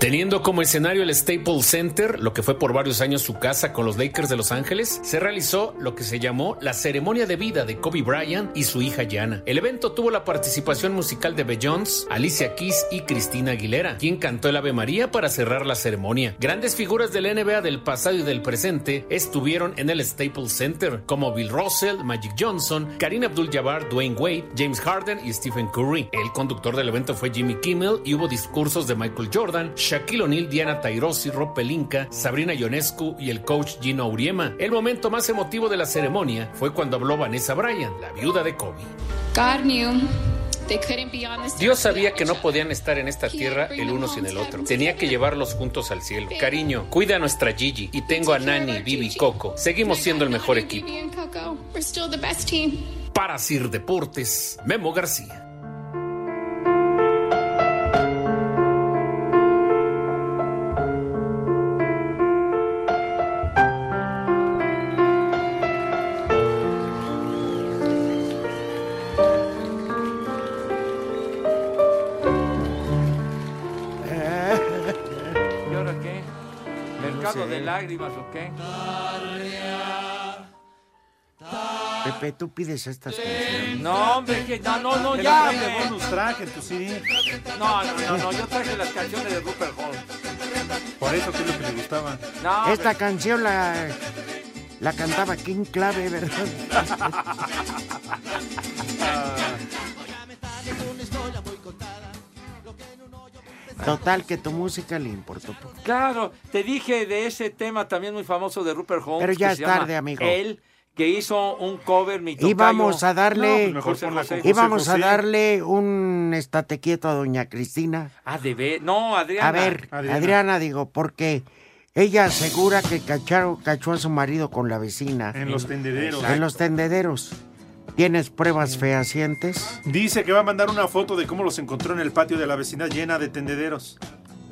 [SPEAKER 17] Teniendo como escenario el Staples Center, lo que fue por varios años su casa con los Lakers de Los Ángeles, se realizó lo que se llamó la ceremonia de vida de Kobe Bryant y su hija Gianna. El evento tuvo la participación musical de Beyoncé, Alicia Keys y Cristina Aguilera, quien cantó el Ave María para cerrar la ceremonia. Grandes figuras del NBA del pasado y del presente estuvieron en el Staples Center, como Bill Russell, Magic Johnson, Karim Abdul-Jabbar, Dwayne Wade, James Harden y Stephen Curry. El conductor del evento fue Jimmy Kimmel y hubo discursos de Michael Jordan, Shaquille O'Neal, Diana Tairossi, Rob Pelinka, Sabrina Ionescu y el coach Gino Uriema. El momento más emotivo de la ceremonia fue cuando habló Vanessa Bryan, la viuda de Kobe.
[SPEAKER 25] God knew they couldn't be on this
[SPEAKER 17] Dios sabía que no podían estar en esta tierra el uno sin el otro. Tenía que llevarlos juntos al cielo. Cariño, cuida a nuestra Gigi y tengo a Nani, Bibi y Coco. Seguimos siendo el mejor equipo.
[SPEAKER 25] and Coco. We're still the best team.
[SPEAKER 17] Para Sir Deportes, Memo García.
[SPEAKER 6] ¿Y ahora qué? ¿Mercado
[SPEAKER 4] sé.
[SPEAKER 6] de lágrimas o qué?
[SPEAKER 4] Pepe, tú pides estas canciones.
[SPEAKER 6] No, hombre, que no, no, no,
[SPEAKER 5] Te
[SPEAKER 6] ya.
[SPEAKER 5] la trae de
[SPEAKER 6] güey.
[SPEAKER 5] bonus track en tu CD.
[SPEAKER 6] No, no, no, no, yo traje las canciones de Rupert Holmes.
[SPEAKER 5] Por eso que es lo que le gustaba.
[SPEAKER 6] No,
[SPEAKER 4] Esta canción la, la cantaba King Clave, ¿verdad? Total, que tu música le importó. poco.
[SPEAKER 6] Claro, te dije de ese tema también muy famoso de Rupert Holmes.
[SPEAKER 4] Pero ya
[SPEAKER 6] que se
[SPEAKER 4] es
[SPEAKER 6] llama
[SPEAKER 4] tarde, amigo.
[SPEAKER 6] Él, que hizo un cover, mi tocayo. pues
[SPEAKER 4] Íbamos a darle,
[SPEAKER 6] José José.
[SPEAKER 4] íbamos a darle un estate quieto a doña Cristina.
[SPEAKER 6] Ah, de ver. No, Adriana.
[SPEAKER 4] A ver, Adriana. digo, porque ella asegura que cacharon, cachó a su marido con la vecina.
[SPEAKER 5] En los tendederos.
[SPEAKER 4] En los tendederos. ¿Tienes pruebas fehacientes?
[SPEAKER 5] Dice que va a mandar una foto de cómo los encontró en el patio de la vecindad llena de tendederos.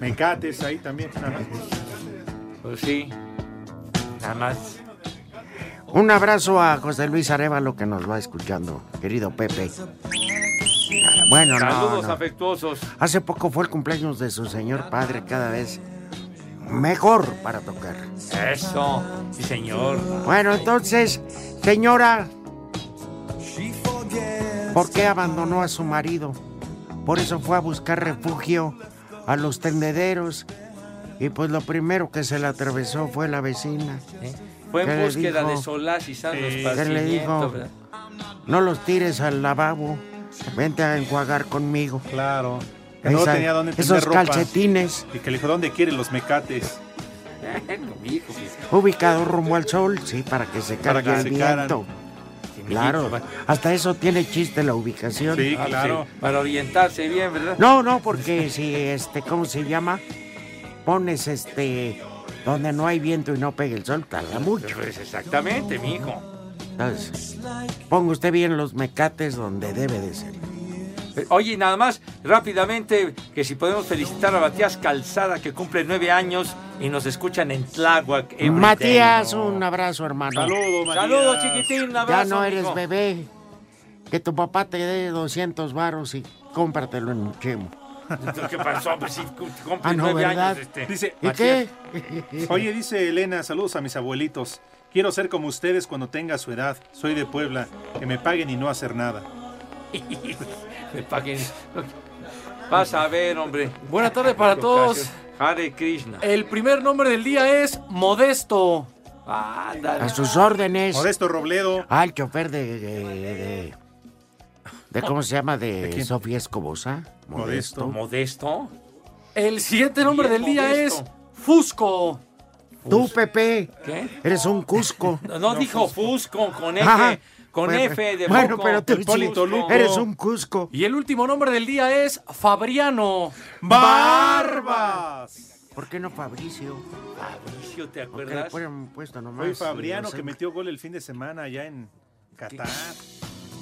[SPEAKER 5] Mecates ahí también.
[SPEAKER 6] Pues sí. Nada más.
[SPEAKER 4] Un abrazo a José Luis Arevalo que nos va escuchando, querido Pepe. Ah, Bueno, no,
[SPEAKER 6] Saludos
[SPEAKER 4] no.
[SPEAKER 6] afectuosos.
[SPEAKER 4] Hace poco fue el cumpleaños de su señor padre, cada vez mejor para tocar.
[SPEAKER 6] Eso. Sí, señor.
[SPEAKER 4] Bueno, entonces, señora, ¿Por qué abandonó a su marido? Por eso fue a buscar refugio a los tendederos. Y pues lo primero que se le atravesó fue la vecina.
[SPEAKER 6] Fue
[SPEAKER 4] que
[SPEAKER 6] en
[SPEAKER 4] ¿Eh? le
[SPEAKER 6] búsqueda
[SPEAKER 4] dijo-
[SPEAKER 6] de solaz y sanos
[SPEAKER 4] ¿Qué le dijo?
[SPEAKER 6] esparcimiento, ¿verdad? (laughs)
[SPEAKER 4] No los tires al lavabo. Vente a enjuagar conmigo.
[SPEAKER 5] Claro. Que no tenía dónde tender
[SPEAKER 4] Esos
[SPEAKER 5] ropa.
[SPEAKER 4] calcetines.
[SPEAKER 5] Y que le dijo, ¿dónde quiere los mecates?
[SPEAKER 4] Ubicado rumbo al sol, sí, para que se
[SPEAKER 5] Para
[SPEAKER 4] cargue
[SPEAKER 5] que
[SPEAKER 4] el
[SPEAKER 5] se
[SPEAKER 4] viento.
[SPEAKER 6] caran.
[SPEAKER 4] Claro, hasta eso tiene chiste la ubicación.
[SPEAKER 6] Ah, pues, sí, Para orientarse bien, ¿verdad?
[SPEAKER 4] No, no, porque si, este, ¿cómo se llama? Pones, este, donde no hay viento y no pega el sol, tarda mucho.
[SPEAKER 6] Pues exactamente, mijo.
[SPEAKER 4] Entonces, ponga usted bien los mecates donde debe de ser.
[SPEAKER 6] Eh, Oye, nada más, rápidamente, que si podemos felicitar a Matías Calzada, que cumple nueve años y nos escuchan en Tláhuac. every day.
[SPEAKER 4] Matías, un abrazo, hermano.
[SPEAKER 6] Saludos, chiquitín, un
[SPEAKER 4] Ya
[SPEAKER 6] abrazo.
[SPEAKER 4] no eres
[SPEAKER 6] mijo. (laughs)
[SPEAKER 4] bebé. Que tu papá te dé 200 varos y cómpratelo en Chemo.
[SPEAKER 6] ¿Qué pasó? Pues sí, cum- cumple
[SPEAKER 4] Ah, no,
[SPEAKER 6] nueve
[SPEAKER 4] ¿verdad?
[SPEAKER 6] años. Este,
[SPEAKER 5] Dice,
[SPEAKER 4] ¿Y
[SPEAKER 5] Matías.
[SPEAKER 4] qué?
[SPEAKER 5] Oye, dice Elena, saludos a mis abuelitos. Quiero ser como ustedes cuando tenga su edad. Soy de Puebla. Que me paguen y no hacer nada.
[SPEAKER 6] Me paguen. Vas a ver, hombre.
[SPEAKER 7] Buena tarde para todos.
[SPEAKER 6] Hare Krishna.
[SPEAKER 7] El primer nombre del día es Modesto.
[SPEAKER 4] A sus órdenes.
[SPEAKER 5] Modesto Robledo.
[SPEAKER 4] Ah, el chofer de. de, de- de- ¿Cómo se llama? De,
[SPEAKER 7] quién?
[SPEAKER 4] Sofía Escobosa. Modesto.
[SPEAKER 6] ¿Modesto?
[SPEAKER 7] El siguiente nombre del día es Fusco.
[SPEAKER 4] Tú, Pepe.
[SPEAKER 6] ¿Qué?
[SPEAKER 4] Eres un Cusco.
[SPEAKER 6] Pues, (laughs) No, no dijo Fusco, con F.
[SPEAKER 4] Ajá.
[SPEAKER 6] Con
[SPEAKER 4] Bueno,
[SPEAKER 6] F de
[SPEAKER 4] Bueno,
[SPEAKER 6] foco.
[SPEAKER 4] pero tú
[SPEAKER 6] Hipólito
[SPEAKER 4] sí,
[SPEAKER 6] Luco.
[SPEAKER 4] eres un Cusco.
[SPEAKER 7] Y el último nombre del día es Fabriano.
[SPEAKER 5] ¡Barbas!
[SPEAKER 4] ¿Por qué no Fabricio?
[SPEAKER 6] Fabricio, ¿te
[SPEAKER 4] ¿Por qué
[SPEAKER 6] acuerdas?
[SPEAKER 4] le ponen puesto nomás? eh,
[SPEAKER 5] Oye, Fabriano,
[SPEAKER 4] No sé.
[SPEAKER 5] que metió gol el fin de semana allá en Qatar.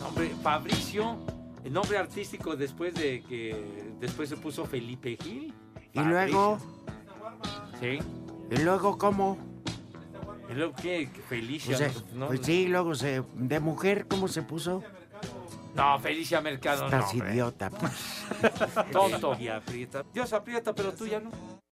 [SPEAKER 6] No, hombre, Fabricio, el nombre artístico después de que después se puso Felipe Gil.
[SPEAKER 4] Y luego,
[SPEAKER 6] Sí.
[SPEAKER 4] y luego, ¿cómo?
[SPEAKER 6] Y luego qué, Que Felicia,
[SPEAKER 4] Pues, eh,
[SPEAKER 6] ¿no?
[SPEAKER 4] pues sí, luego se, de mujer, ¿cómo se puso?
[SPEAKER 6] No, Felicia Mercado
[SPEAKER 4] Estás
[SPEAKER 6] no. hombre.
[SPEAKER 4] idiota. pues.
[SPEAKER 6] Tonto. Dios aprieta, pero tú ya no.